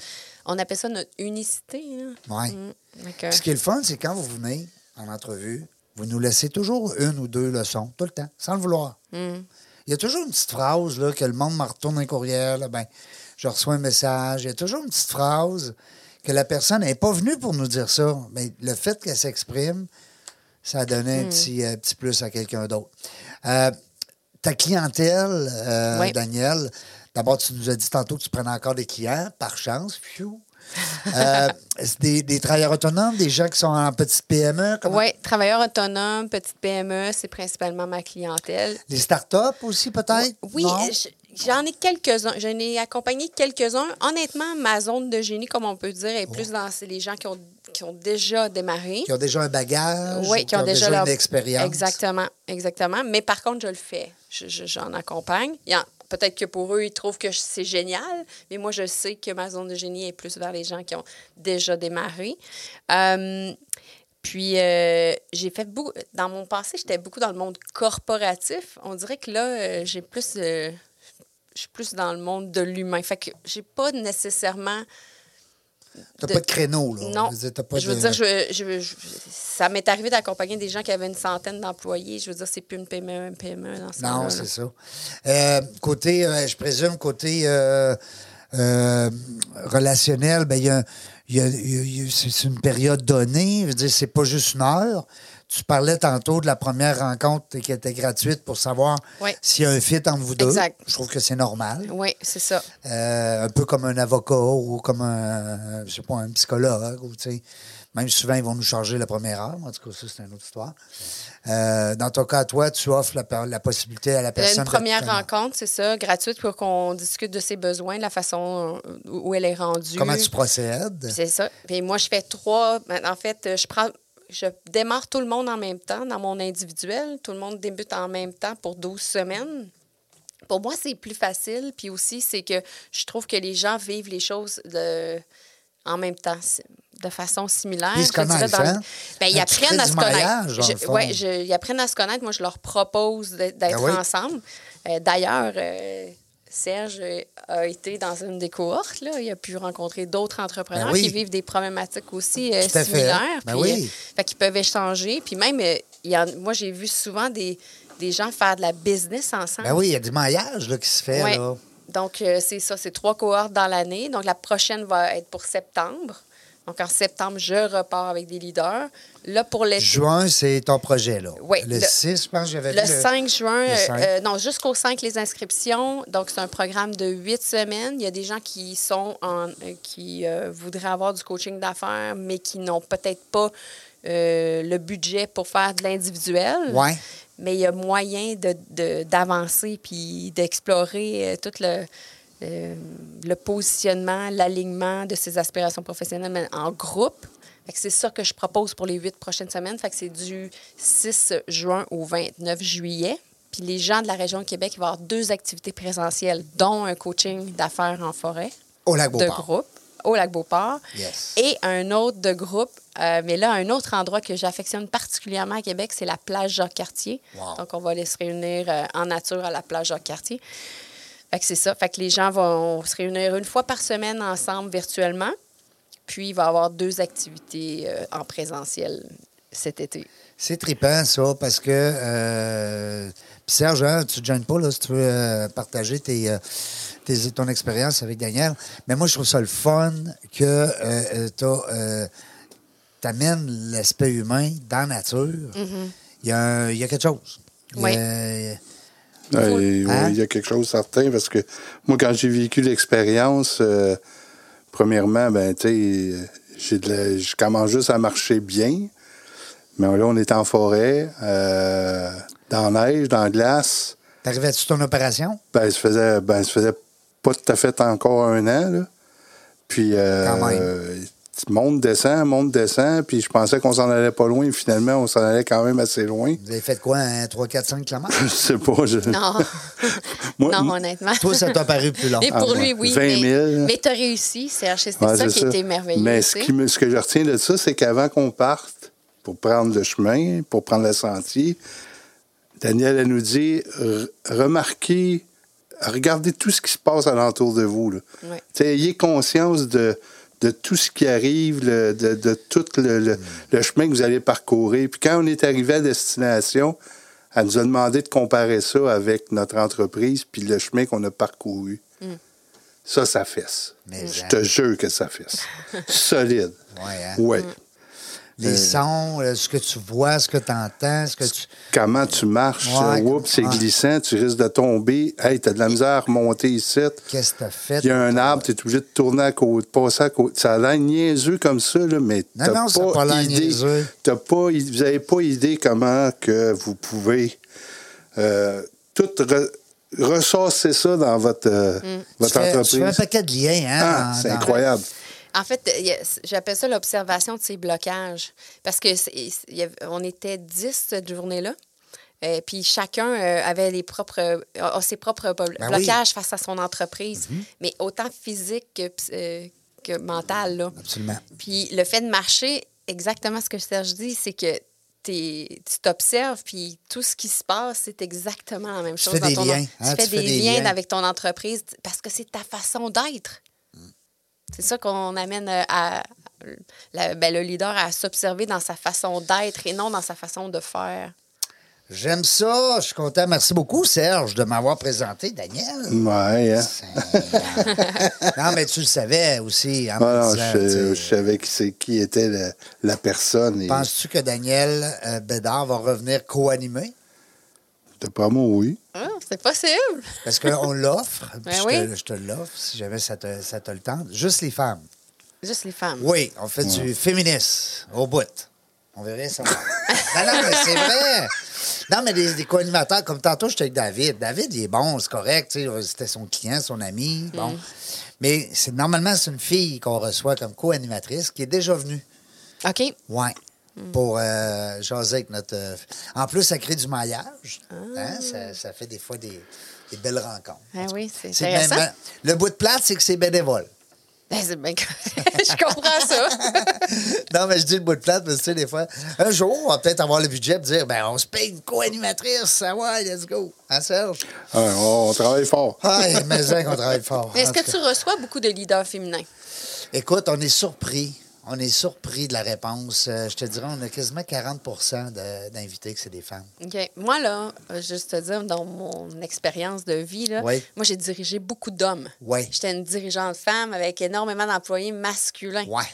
[SPEAKER 3] On appelle ça notre unicité, là.
[SPEAKER 1] Ouais.
[SPEAKER 3] Mm. Donc, euh,
[SPEAKER 1] Puis Ce qui est le fun, c'est quand vous venez en entrevue, vous nous laissez toujours une ou deux leçons, tout le temps, sans le vouloir. Il y a toujours une petite phrase là, que le monde me retourne un courriel, ben, je reçois un message. Il y a toujours une petite phrase que la personne n'est pas venue pour nous dire ça. Mais le fait qu'elle s'exprime, ça a donné un petit, euh, petit plus à quelqu'un d'autre. Euh, ta clientèle, euh,
[SPEAKER 3] Ouais.
[SPEAKER 1] Daniel, d'abord, tu nous as dit tantôt que tu prenais encore des clients, par chance. Pfiou. Euh, c'est des, des travailleurs autonomes, des gens qui sont en petite PME, comment-
[SPEAKER 3] ouais, travailleurs autonomes, petite PME, c'est principalement E, ma clientèle.
[SPEAKER 1] les start-up aussi peut-être?
[SPEAKER 3] Oui,
[SPEAKER 1] Non?
[SPEAKER 3] je- J'en ai quelques-uns. Je n'ai accompagné quelques-uns. Honnêtement, ma zone de génie, comme on peut dire, est plus dans c'est les gens qui ont, qui ont déjà démarré.
[SPEAKER 1] Qui ont déjà un bagage,
[SPEAKER 3] Oui,
[SPEAKER 1] ou qui ont déjà,
[SPEAKER 3] leur-
[SPEAKER 1] une expérience.
[SPEAKER 3] Exactement, exactement. Mais par contre, je le fais. Je- je- J'en accompagne. Il y en- Peut-être que pour eux, ils trouvent que je- c'est génial, mais moi, je sais que ma zone de génie est plus vers les gens qui ont déjà démarré. Euh, puis, euh, j'ai fait beaucoup. Dans mon passé, j'étais beaucoup dans le monde corporatif. On dirait que là, euh, j'ai plus. euh, je suis plus dans le monde de l'humain. Fait que j'ai pas nécessairement
[SPEAKER 1] T'as
[SPEAKER 3] de-
[SPEAKER 1] pas de créneau, là.
[SPEAKER 3] non.
[SPEAKER 1] Je veux dire, t'as pas
[SPEAKER 3] je veux
[SPEAKER 1] de-
[SPEAKER 3] dire, je, je- je- ça m'est arrivé d'accompagner des gens qui avaient une centaine d'employés. Je veux dire, c'est plus une E, PME, une PME dans ce
[SPEAKER 1] Non,
[SPEAKER 3] cas-là,
[SPEAKER 1] c'est
[SPEAKER 3] là.
[SPEAKER 1] ça. Euh, côté, euh, je présume, côté euh, euh, relationnel, ben, il y a, il y a- il y a- c'est une période donnée. Je veux dire, c'est pas juste une heure. Tu parlais tantôt de la première rencontre qui était gratuite pour savoir
[SPEAKER 3] Oui.
[SPEAKER 1] s'il y a un fit entre vous deux.
[SPEAKER 3] Exact.
[SPEAKER 1] Je trouve que c'est normal.
[SPEAKER 3] Oui, c'est ça.
[SPEAKER 1] Euh, un peu comme un avocat ou comme un, euh, je sais pas, un psychologue. Ou, tu sais, même souvent, ils vont nous charger la première heure. mais En tout cas, ça, c'est une autre histoire. Euh, dans ton cas, toi, tu offres la, per- la possibilité à la
[SPEAKER 3] Il y a
[SPEAKER 1] personne.
[SPEAKER 3] une
[SPEAKER 1] de-
[SPEAKER 3] première
[SPEAKER 1] comment-
[SPEAKER 3] rencontre, c'est ça, gratuite pour qu'on discute de ses besoins, de la façon euh, où elle est rendue.
[SPEAKER 1] Comment tu procèdes?
[SPEAKER 3] C'est ça. Puis moi, je fais trois. ben, En fait, euh, je prends. Je démarre tout le monde en même temps dans mon individuel. Tout le monde débute en même temps pour 12 semaines. Pour moi, c'est plus facile. Puis aussi, c'est que je trouve que les gens vivent les choses de- en même temps, si- de façon similaire.
[SPEAKER 1] Puis,
[SPEAKER 3] je
[SPEAKER 1] comment
[SPEAKER 3] dirais,
[SPEAKER 1] ils hein?
[SPEAKER 3] dans le-
[SPEAKER 1] font?
[SPEAKER 3] Ben, ils
[SPEAKER 1] Tu
[SPEAKER 3] apprennent
[SPEAKER 1] crées
[SPEAKER 3] à
[SPEAKER 1] du
[SPEAKER 3] se
[SPEAKER 1] maillage, dans
[SPEAKER 3] connaître.
[SPEAKER 1] le
[SPEAKER 3] Je-
[SPEAKER 1] fond.
[SPEAKER 3] ouais, je- ils apprennent à se connaître. Moi, je leur propose d'être d'être
[SPEAKER 1] Ah oui?
[SPEAKER 3] ensemble. Euh, D'ailleurs, euh, Serge euh, a été dans une des cohortes. Là. Il a pu rencontrer d'autres entrepreneurs
[SPEAKER 1] Ben oui.
[SPEAKER 3] qui vivent des problématiques aussi euh,
[SPEAKER 1] Tout à fait.
[SPEAKER 3] similaires.
[SPEAKER 1] Ben
[SPEAKER 3] puis,
[SPEAKER 1] oui.
[SPEAKER 3] euh, fait qu'ils peuvent échanger. Puis même, euh, il y en- moi, j'ai vu souvent des, des gens faire de la business ensemble.
[SPEAKER 1] Ben oui, il y a du maillage là, qui se fait.
[SPEAKER 3] Ouais.
[SPEAKER 1] Là.
[SPEAKER 3] Donc, euh, c'est ça, c'est trois cohortes dans l'année. Donc, la prochaine va être pour septembre. Donc, en septembre, je repars avec des leaders. Là, pour l'été,
[SPEAKER 1] Juin, c'est ton projet. là.
[SPEAKER 3] Oui,
[SPEAKER 1] le,
[SPEAKER 3] le-
[SPEAKER 1] 6, je pense que j'avais
[SPEAKER 3] le
[SPEAKER 1] vu
[SPEAKER 3] 5 juin,
[SPEAKER 1] le
[SPEAKER 3] euh,
[SPEAKER 1] cinq.
[SPEAKER 3] euh, non, jusqu'au 5, les inscriptions. Donc, c'est un programme de huit semaines. Il y a des gens qui sont en, euh, qui euh, voudraient avoir du coaching d'affaires, mais qui n'ont peut-être pas euh, le budget pour faire de l'individuel.
[SPEAKER 1] Ouais.
[SPEAKER 3] Mais il y a moyen de- de- d'avancer puis d'explorer euh, tout le, euh, le positionnement, l'alignement de ses aspirations professionnelles mais en groupe. Fait que C'est ça que je propose pour les huit prochaines semaines. Fait que C'est du 6 juin au 29 juillet. Puis les gens de la région de Québec ils vont avoir deux activités présentielles, dont un coaching d'affaires en forêt
[SPEAKER 1] Au lac
[SPEAKER 3] de
[SPEAKER 1] Beauport.
[SPEAKER 3] groupe au lac Beauport
[SPEAKER 1] Yes.
[SPEAKER 3] et un autre de groupe. euh, mais là, un autre endroit que j'affectionne particulièrement à Québec, c'est la plage Jacques-Cartier.
[SPEAKER 1] Wow.
[SPEAKER 3] Donc, on va aller se réunir euh, en nature à la plage Jacques-Cartier. Fait que c'est ça. Fait que les gens vont se réunir une fois par semaine ensemble virtuellement. Puis, il va y avoir deux activités euh, en présentiel cet été.
[SPEAKER 1] C'est trippant, ça, parce que. Euh, puis Serge, hein, tu ne te gênes pas là, si tu veux euh, partager tes, euh, tes- ton expérience avec Daniel. Mais moi, je trouve ça le fun que euh, tu amènes euh, l'aspect humain dans la nature. Il y, a un- il y a quelque chose. Il y
[SPEAKER 3] Oui.
[SPEAKER 1] a-
[SPEAKER 2] Ouais, et ouais,
[SPEAKER 1] Hein?
[SPEAKER 2] Il y a quelque chose de certain parce que moi, quand j'ai vécu l'expérience, euh, premièrement, ben, tu sais, j'ai de la- je commence juste à marcher bien. Mais là, on est en forêt, euh, dans la neige, dans la glace.
[SPEAKER 1] T'arrivais-tu ton opération?
[SPEAKER 2] Ben, ça faisait, ben, ça faisait pas tout à fait encore un an, là. Puis, euh,
[SPEAKER 1] Quand même.
[SPEAKER 2] euh, monte, descend, monte, descend. Puis, je pensais qu'on s'en allait pas loin. Finalement, on s'en allait quand même assez loin.
[SPEAKER 1] Vous avez fait quoi, un 3, 4, 5 km?
[SPEAKER 2] Je sais pas. je-
[SPEAKER 3] Non,
[SPEAKER 2] Moi,
[SPEAKER 3] non,
[SPEAKER 2] moi-
[SPEAKER 3] honnêtement.
[SPEAKER 1] Toi, ça t'a paru plus long. Ah,
[SPEAKER 3] Mais pour
[SPEAKER 2] Ah, ouais.
[SPEAKER 3] lui, oui.
[SPEAKER 2] 20 000.
[SPEAKER 3] Mais, mais t'as réussi, Serge. C'est
[SPEAKER 2] Ouais, c'est
[SPEAKER 3] ça qui était merveilleux.
[SPEAKER 2] Mais
[SPEAKER 3] tu
[SPEAKER 2] ce,
[SPEAKER 3] sais.
[SPEAKER 2] qui me- ce que je retiens de ça, c'est qu'avant qu'on parte pour prendre le chemin, pour prendre le sentier, Daniel, elle nous dit re- remarquez, regardez tout ce qui se passe alentour de vous. Là.
[SPEAKER 3] Ouais.
[SPEAKER 2] Tu sais, Ayez conscience de, de tout ce qui arrive, le- de, de tout le, le- le chemin que vous allez parcourir. Puis quand on est arrivé à destination, elle nous a demandé de comparer ça avec notre entreprise puis le chemin qu'on a parcouru. Ça, ça fesse.
[SPEAKER 1] Mais
[SPEAKER 2] Je
[SPEAKER 1] hein.
[SPEAKER 2] te jure que ça fesse. Solide.
[SPEAKER 1] Ouais, hein?
[SPEAKER 2] Ouais.
[SPEAKER 1] Les sons, euh, ce que tu vois, ce que tu entends, ce que tu.
[SPEAKER 2] Comment tu marches,
[SPEAKER 1] Ouais,
[SPEAKER 2] euh, oups, c'est
[SPEAKER 1] ouais.
[SPEAKER 2] glissant, tu risques de tomber. Hey, t'as de la misère à remonter ici.
[SPEAKER 1] Qu'est-ce que t'as fait?
[SPEAKER 2] Il y a un arbre, t'es obligé de tourner à côté, de passer à côté. Ça a l'air niaiseux comme ça, là, mais
[SPEAKER 1] Non,
[SPEAKER 2] t'as
[SPEAKER 1] non, ça a
[SPEAKER 2] pas,
[SPEAKER 1] pas l'air
[SPEAKER 2] idée.
[SPEAKER 1] niaiseux.
[SPEAKER 2] T'as pas, i- vous n'avez pas idée comment que vous pouvez euh, tout re- ressorcez ça dans votre, euh, votre
[SPEAKER 1] tu, fais, tu fais un
[SPEAKER 2] entreprise.
[SPEAKER 1] paquet de liens. Hein,
[SPEAKER 2] Ah,
[SPEAKER 1] dans-
[SPEAKER 2] c'est
[SPEAKER 1] dans-
[SPEAKER 2] incroyable.
[SPEAKER 3] En fait, il y a- j'appelle ça l'observation de ces blocages. Parce que c'est- il y avait- on était 10 cette journée-là. Euh, puis chacun euh, avait les propres, a- a ses propres blo-
[SPEAKER 1] Ben oui. Mm-hmm.
[SPEAKER 3] blocages face à son entreprise, mais autant physique que, ps- euh, que mental. Là.
[SPEAKER 1] Absolument.
[SPEAKER 3] Puis le fait de marcher, exactement ce que Serge dit, c'est que t'es- tu t'observes, puis tout ce qui se passe, c'est exactement la même chose.
[SPEAKER 1] fais
[SPEAKER 3] dans
[SPEAKER 1] des
[SPEAKER 3] ton en-
[SPEAKER 1] liens,
[SPEAKER 3] tu
[SPEAKER 1] hein,
[SPEAKER 3] fais des, liens, avec ton entreprise t- parce que c'est ta façon d'être.
[SPEAKER 1] Mm.
[SPEAKER 3] C'est ça qu'on amène euh, à, la- ben, le leader à s'observer dans sa façon d'être et non dans sa façon de faire.
[SPEAKER 1] J'aime ça. Je suis content. Merci beaucoup, Serge, de m'avoir présenté, Daniel. euh,
[SPEAKER 2] Ouais, hein.
[SPEAKER 1] non, mais tu le savais aussi. En me
[SPEAKER 2] Ah, non,
[SPEAKER 1] disant,
[SPEAKER 2] je,
[SPEAKER 1] tu sais.
[SPEAKER 2] je savais qui, c'est- qui était la, la personne. Et,
[SPEAKER 1] Penses-tu que Daniel euh, Bédard va revenir co-animé?
[SPEAKER 2] D'après moi, oui.
[SPEAKER 3] Ah, c'est possible.
[SPEAKER 1] Parce qu'on l'offre. puis
[SPEAKER 3] Ben
[SPEAKER 1] je, te,
[SPEAKER 3] oui.
[SPEAKER 1] je te l'offre si jamais ça te, ça te le tente. Juste les femmes.
[SPEAKER 3] Juste les femmes.
[SPEAKER 1] Oui, on fait du féministe au bout. On verrait ça. non, non, mais c'est vrai. Non, mais des, des co-animateurs, comme tantôt, j'étais avec David. David, il est bon, c'est correct. tu sais, C'était son client, son ami. Bon. Mais c'est normalement, c'est une fille qu'on reçoit comme co-animatrice qui est déjà venue.
[SPEAKER 3] OK.
[SPEAKER 1] Ouais. Pour euh, jaser avec notre. euh, en plus, ça crée du maillage. Hein, Ça, ça fait des fois des, des belles rencontres.
[SPEAKER 3] Ah oui, c'est
[SPEAKER 1] C'est bien-
[SPEAKER 3] intéressant.
[SPEAKER 1] ben- le bout de plate, c'est que c'est bénévole.
[SPEAKER 3] Ben, c'est bien correct. Je comprends ça.
[SPEAKER 1] non, mais je dis le bout de plate, parce que tu sais, des fois, un jour, on va peut-être avoir le budget et dire ben, on se paye une co-animatrice, ça va, let's go. Hein, Serge?
[SPEAKER 2] Ah, on, on travaille fort.
[SPEAKER 1] Aïe, mais c'est vrai qu'on travaille fort.
[SPEAKER 3] Mais est-ce
[SPEAKER 1] En
[SPEAKER 3] que
[SPEAKER 1] tout
[SPEAKER 3] tu reçois beaucoup de leaders féminins?
[SPEAKER 1] Écoute, on est surpris. On est surpris de la réponse. Euh, je te dirais, on a quasiment 40 de- d'invités que c'est des femmes.
[SPEAKER 3] OK. Moi, là, euh, juste te dire, dans mon expérience de vie, là,
[SPEAKER 1] Oui.
[SPEAKER 3] moi, j'ai dirigé beaucoup d'hommes.
[SPEAKER 1] Oui.
[SPEAKER 3] J'étais une dirigeante femme avec énormément d'employés masculins.
[SPEAKER 1] Ouais.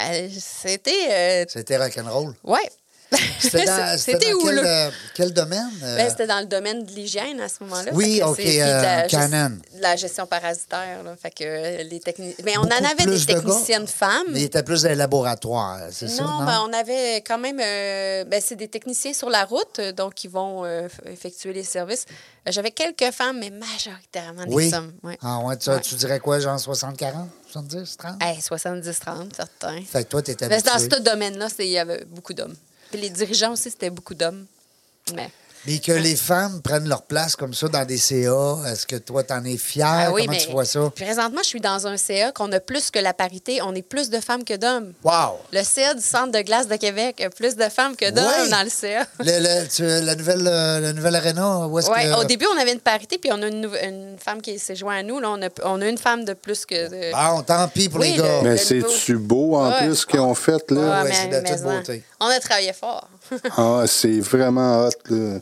[SPEAKER 3] Euh, c'était.
[SPEAKER 1] C'était rock'n'roll.
[SPEAKER 3] euh, ouais.
[SPEAKER 1] C'était dans, c'était
[SPEAKER 3] C'était
[SPEAKER 1] dans
[SPEAKER 3] où,
[SPEAKER 1] quel,
[SPEAKER 3] là?
[SPEAKER 1] euh, quel domaine? euh,
[SPEAKER 3] Ben, c'était dans le domaine de l'hygiène à ce moment-là.
[SPEAKER 1] Oui,
[SPEAKER 3] Fait que
[SPEAKER 1] OK,
[SPEAKER 3] c'est- puis de la
[SPEAKER 1] euh,
[SPEAKER 3] gest-
[SPEAKER 1] Canon.
[SPEAKER 3] De la gestion parasitaire. Là. Fait que euh, les techni- Mais on
[SPEAKER 1] beaucoup
[SPEAKER 3] en avait
[SPEAKER 1] plus
[SPEAKER 3] des
[SPEAKER 1] de gars?
[SPEAKER 3] techniciennes femmes.
[SPEAKER 1] Il était plus dans les laboratoires, euh, c'est ça?
[SPEAKER 3] Non,
[SPEAKER 1] Non,
[SPEAKER 3] ben, on avait quand même. euh, ben, c'est des techniciens sur la route, euh, donc ils vont euh, f- effectuer les services. Euh, J'avais quelques femmes, mais majoritairement des
[SPEAKER 1] Oui.
[SPEAKER 3] hommes. Ouais.
[SPEAKER 1] Ah ouais, tu,
[SPEAKER 3] Ouais.
[SPEAKER 1] tu dirais quoi, genre 60-40, 70, 30?
[SPEAKER 3] Hey, 70-30, certains.
[SPEAKER 1] Fait que toi, t'étais
[SPEAKER 3] Mais dans
[SPEAKER 1] habitué.
[SPEAKER 3] ce domaine-là, c'est- il y avait beaucoup d'hommes. Puis les dirigeants aussi, c'était beaucoup d'hommes. Mais.
[SPEAKER 1] Mais que les femmes prennent leur place comme ça dans des CA, est-ce que toi, t'en es fier?
[SPEAKER 3] Ah oui,
[SPEAKER 1] Comment
[SPEAKER 3] mais
[SPEAKER 1] tu vois ça?
[SPEAKER 3] Présentement, je suis dans un CA qu'on a plus que la parité. On est plus de femmes que d'hommes.
[SPEAKER 1] Wow!
[SPEAKER 3] Le CA du Centre de glace de Québec a plus de femmes que d'hommes
[SPEAKER 1] Ouais.
[SPEAKER 3] dans le CA.
[SPEAKER 1] Le- le- tu- la nouvelle, euh, la nouvelle arena, où est-ce
[SPEAKER 3] Ouais,
[SPEAKER 1] que...
[SPEAKER 3] au début, on avait une parité, puis on a une, nou- une femme qui s'est jointe à nous. Là, on, a, on a une femme de plus que. de-
[SPEAKER 1] Bon, tant pis pour
[SPEAKER 3] Oui,
[SPEAKER 1] les gars.
[SPEAKER 2] Mais
[SPEAKER 3] le
[SPEAKER 2] c'est-tu beau en
[SPEAKER 3] Ouais.
[SPEAKER 2] plus ce qu'ils ont fait, là?
[SPEAKER 1] ouais, c'est de
[SPEAKER 3] Ah, mais-
[SPEAKER 1] toute
[SPEAKER 3] mais en-
[SPEAKER 1] beauté.
[SPEAKER 3] On a travaillé fort.
[SPEAKER 2] Ah, c'est vraiment hot, là.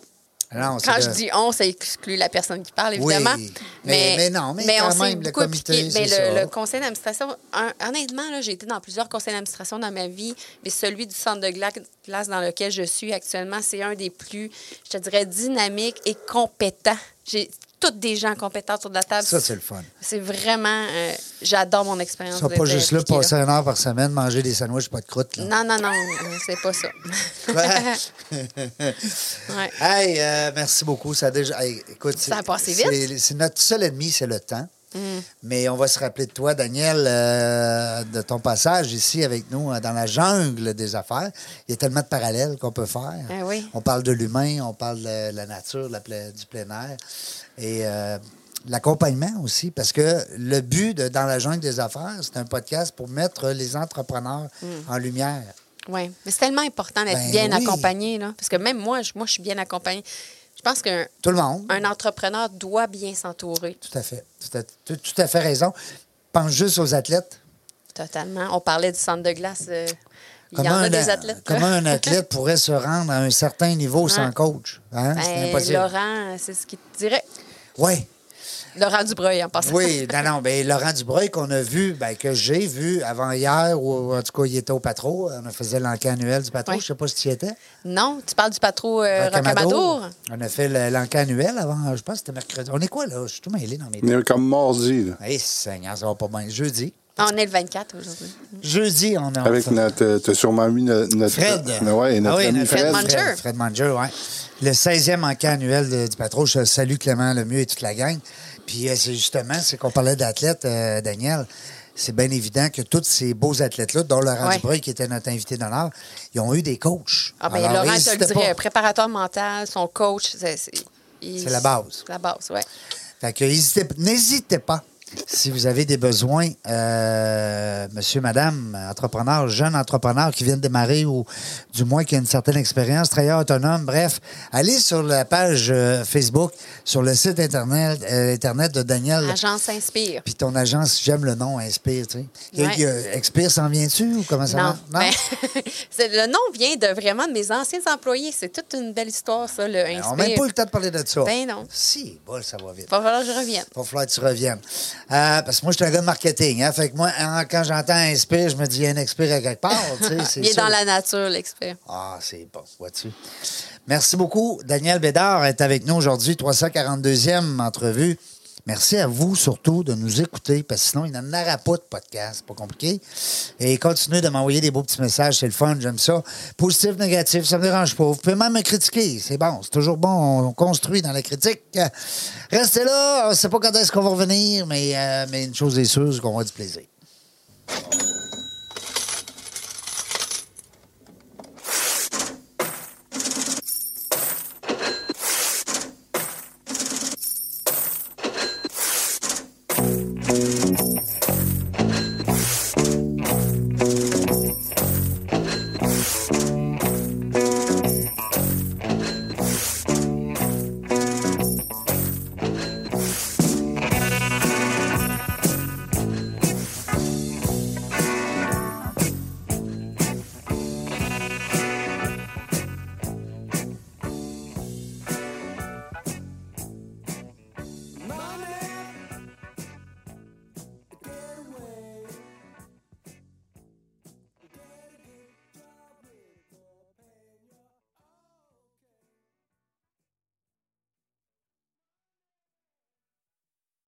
[SPEAKER 1] Ah Non, c'est
[SPEAKER 3] Quand
[SPEAKER 1] de-
[SPEAKER 3] je dis on, ça exclut la personne qui parle, évidemment.
[SPEAKER 1] Oui, mais- mais non, mais quand
[SPEAKER 3] s'est
[SPEAKER 1] même, le
[SPEAKER 3] beaucoup
[SPEAKER 1] comité,
[SPEAKER 3] impliqué.
[SPEAKER 1] c'est
[SPEAKER 3] Mais
[SPEAKER 1] ça.
[SPEAKER 3] le, le conseil d'administration, hon- honnêtement, là, j'ai été dans plusieurs conseils d'administration dans ma vie, mais celui du centre de gla- glace dans lequel je suis actuellement, c'est un des plus, je te dirais, dynamiques et compétents. J'ai toutes des gens compétents sur la table.
[SPEAKER 1] Ça, c'est le fun.
[SPEAKER 3] C'est vraiment. euh, J'adore mon
[SPEAKER 1] Ils
[SPEAKER 3] expérience.
[SPEAKER 1] sont
[SPEAKER 3] d'être
[SPEAKER 1] pas juste là,
[SPEAKER 3] impliquée,
[SPEAKER 1] passer une heure par semaine, manger des sandwichs, pas de croûte. Là.
[SPEAKER 3] Non, non, non, c'est pas ça.
[SPEAKER 1] Ouais.
[SPEAKER 3] Ouais.
[SPEAKER 1] Hey, euh, merci beaucoup. Ça a déjà. hey, écoute,
[SPEAKER 3] Ça a
[SPEAKER 1] c'est-
[SPEAKER 3] passé vite. Mm.
[SPEAKER 1] c'est- C'est notre seul ennemi, c'est le temps. Mais on va se rappeler de toi, Daniel, euh, de ton passage ici avec nous euh, dans la jungle des affaires. Il y a tellement de parallèles qu'on peut faire.
[SPEAKER 3] Ah oui.
[SPEAKER 1] On parle de l'humain, on parle de la nature, de la pla- du plein air et euh, l'accompagnement aussi, parce que le but de Dans la jungle des affaires, c'est un podcast pour mettre les entrepreneurs
[SPEAKER 3] Mm.
[SPEAKER 1] en lumière.
[SPEAKER 3] Oui, mais c'est tellement important d'être
[SPEAKER 1] Ben
[SPEAKER 3] bien
[SPEAKER 1] oui.
[SPEAKER 3] accompagné, là. Parce que même moi, je, moi, je suis bien accompagnée. Je pense qu'un
[SPEAKER 1] Tout le monde.
[SPEAKER 3] un entrepreneur doit bien s'entourer.
[SPEAKER 1] Tout à fait. Tout à, tout- tout à fait raison. Pense juste aux athlètes.
[SPEAKER 3] Totalement. On parlait du centre de glace. euh, il y
[SPEAKER 1] Comment
[SPEAKER 3] en a
[SPEAKER 1] un-
[SPEAKER 3] des athlètes. là.
[SPEAKER 1] Comment un athlète pourrait se rendre à un certain niveau sans coach? Hein? C'est
[SPEAKER 3] Ben,
[SPEAKER 1] impossible.
[SPEAKER 3] Laurent, c'est ce qu'il te dirait.
[SPEAKER 1] Oui,
[SPEAKER 3] Laurent Dubreuil, en passant.
[SPEAKER 1] oui. Non, non. Ben, Laurent Dubreuil, qu'on a vu, ben, que j'ai vu avant hier, ou en tout cas, il était au patro. On faisait l'enquête annuelle du patro.
[SPEAKER 3] Oui.
[SPEAKER 1] Je ne sais pas si tu y étais.
[SPEAKER 3] Non, tu parles du patron euh,
[SPEAKER 1] Rocamadour.
[SPEAKER 3] Rocamadour.
[SPEAKER 1] On a fait le- l'enquête annuelle avant, je pense que c'était mercredi. On est quoi, là? Je suis tout mêlé dans mes
[SPEAKER 2] Mais comme mardi, là.
[SPEAKER 1] Eh, Seigneur, ça va pas bien. Jeudi.
[SPEAKER 3] Ah, On est le 24 aujourd'hui.
[SPEAKER 1] Jeudi, on a.
[SPEAKER 2] Avec notre. euh, T'as sûrement vu no- notre.
[SPEAKER 1] Fred.
[SPEAKER 2] euh, ouais, notre
[SPEAKER 1] Ah oui,
[SPEAKER 2] ami
[SPEAKER 1] notre-
[SPEAKER 2] Fred.
[SPEAKER 3] Fred Munger.
[SPEAKER 1] Fred, Fred Munger, ouais. Le 16e enquête annuel de- du patro. Je salue Clément Lemieux et toute la gang. Puis euh, c'est justement, c'est qu'on parlait d'athlètes, euh, Daniel. C'est bien évident que tous ces beaux athlètes-là, dont Laurent
[SPEAKER 3] Ouais.
[SPEAKER 1] Dubreuil, qui était notre invité d'honneur, ils ont eu des coachs.
[SPEAKER 3] Ah, ben,
[SPEAKER 1] Alors,
[SPEAKER 3] Laurent te
[SPEAKER 1] n'hésitez
[SPEAKER 3] le dirait.
[SPEAKER 1] pas.
[SPEAKER 3] Préparateur mental, son coach, c'est. C'est il-
[SPEAKER 1] C'est la base.
[SPEAKER 3] La base, oui.
[SPEAKER 1] Fait que hésitez- n'hésitez pas. Si vous avez des besoins, euh, monsieur, madame, entrepreneur, jeune entrepreneur qui vient de démarrer ou du moins qui a une certaine expérience, travailleur autonome, bref, allez sur la page euh, Facebook, sur le site Internet, euh, internet de Daniel.
[SPEAKER 3] L'agence s'inspire.
[SPEAKER 1] Puis ton agence, j'aime le nom, Inspire, tu sais. Il y a-
[SPEAKER 3] Ouais.
[SPEAKER 1] il y a- Expire, s'en vient-tu ou comment ça
[SPEAKER 3] Non.
[SPEAKER 1] marche?
[SPEAKER 3] Ben, c'est- le nom vient de vraiment de mes anciens employés. C'est toute une belle histoire, ça,
[SPEAKER 1] on
[SPEAKER 3] le
[SPEAKER 1] n'a même
[SPEAKER 3] Ben, Inspire.
[SPEAKER 1] pas eu le temps de parler de ça.
[SPEAKER 3] Ben non.
[SPEAKER 1] Si, bon, ça va vite.
[SPEAKER 3] Va falloir que je revienne.
[SPEAKER 1] va falloir que tu reviennes. Euh, parce que moi, je suis un gars de marketing. Hein, fait que moi, en- quand j'entends inspire, je me dis, il y a un expire à quelque part. tu sais, c'est
[SPEAKER 3] Il est
[SPEAKER 1] sûr.
[SPEAKER 3] dans la nature, l'expert.
[SPEAKER 1] Ah, c'est bon, vois-tu. Merci beaucoup. Daniel Bédard est avec nous aujourd'hui, 342e entrevue. Merci à vous surtout de nous écouter, parce que sinon, il n'en aura pas de podcast, c'est pas compliqué. Et continuez de m'envoyer des beaux petits messages, c'est le fun, j'aime ça. Positif, négatif, ça me dérange pas. Vous pouvez même me critiquer, c'est bon, c'est toujours bon, on construit dans la critique. Euh, Restez là, on sait pas quand est-ce qu'on va revenir, mais, euh, mais une chose est sûre, c'est qu'on va avoir du plaisir.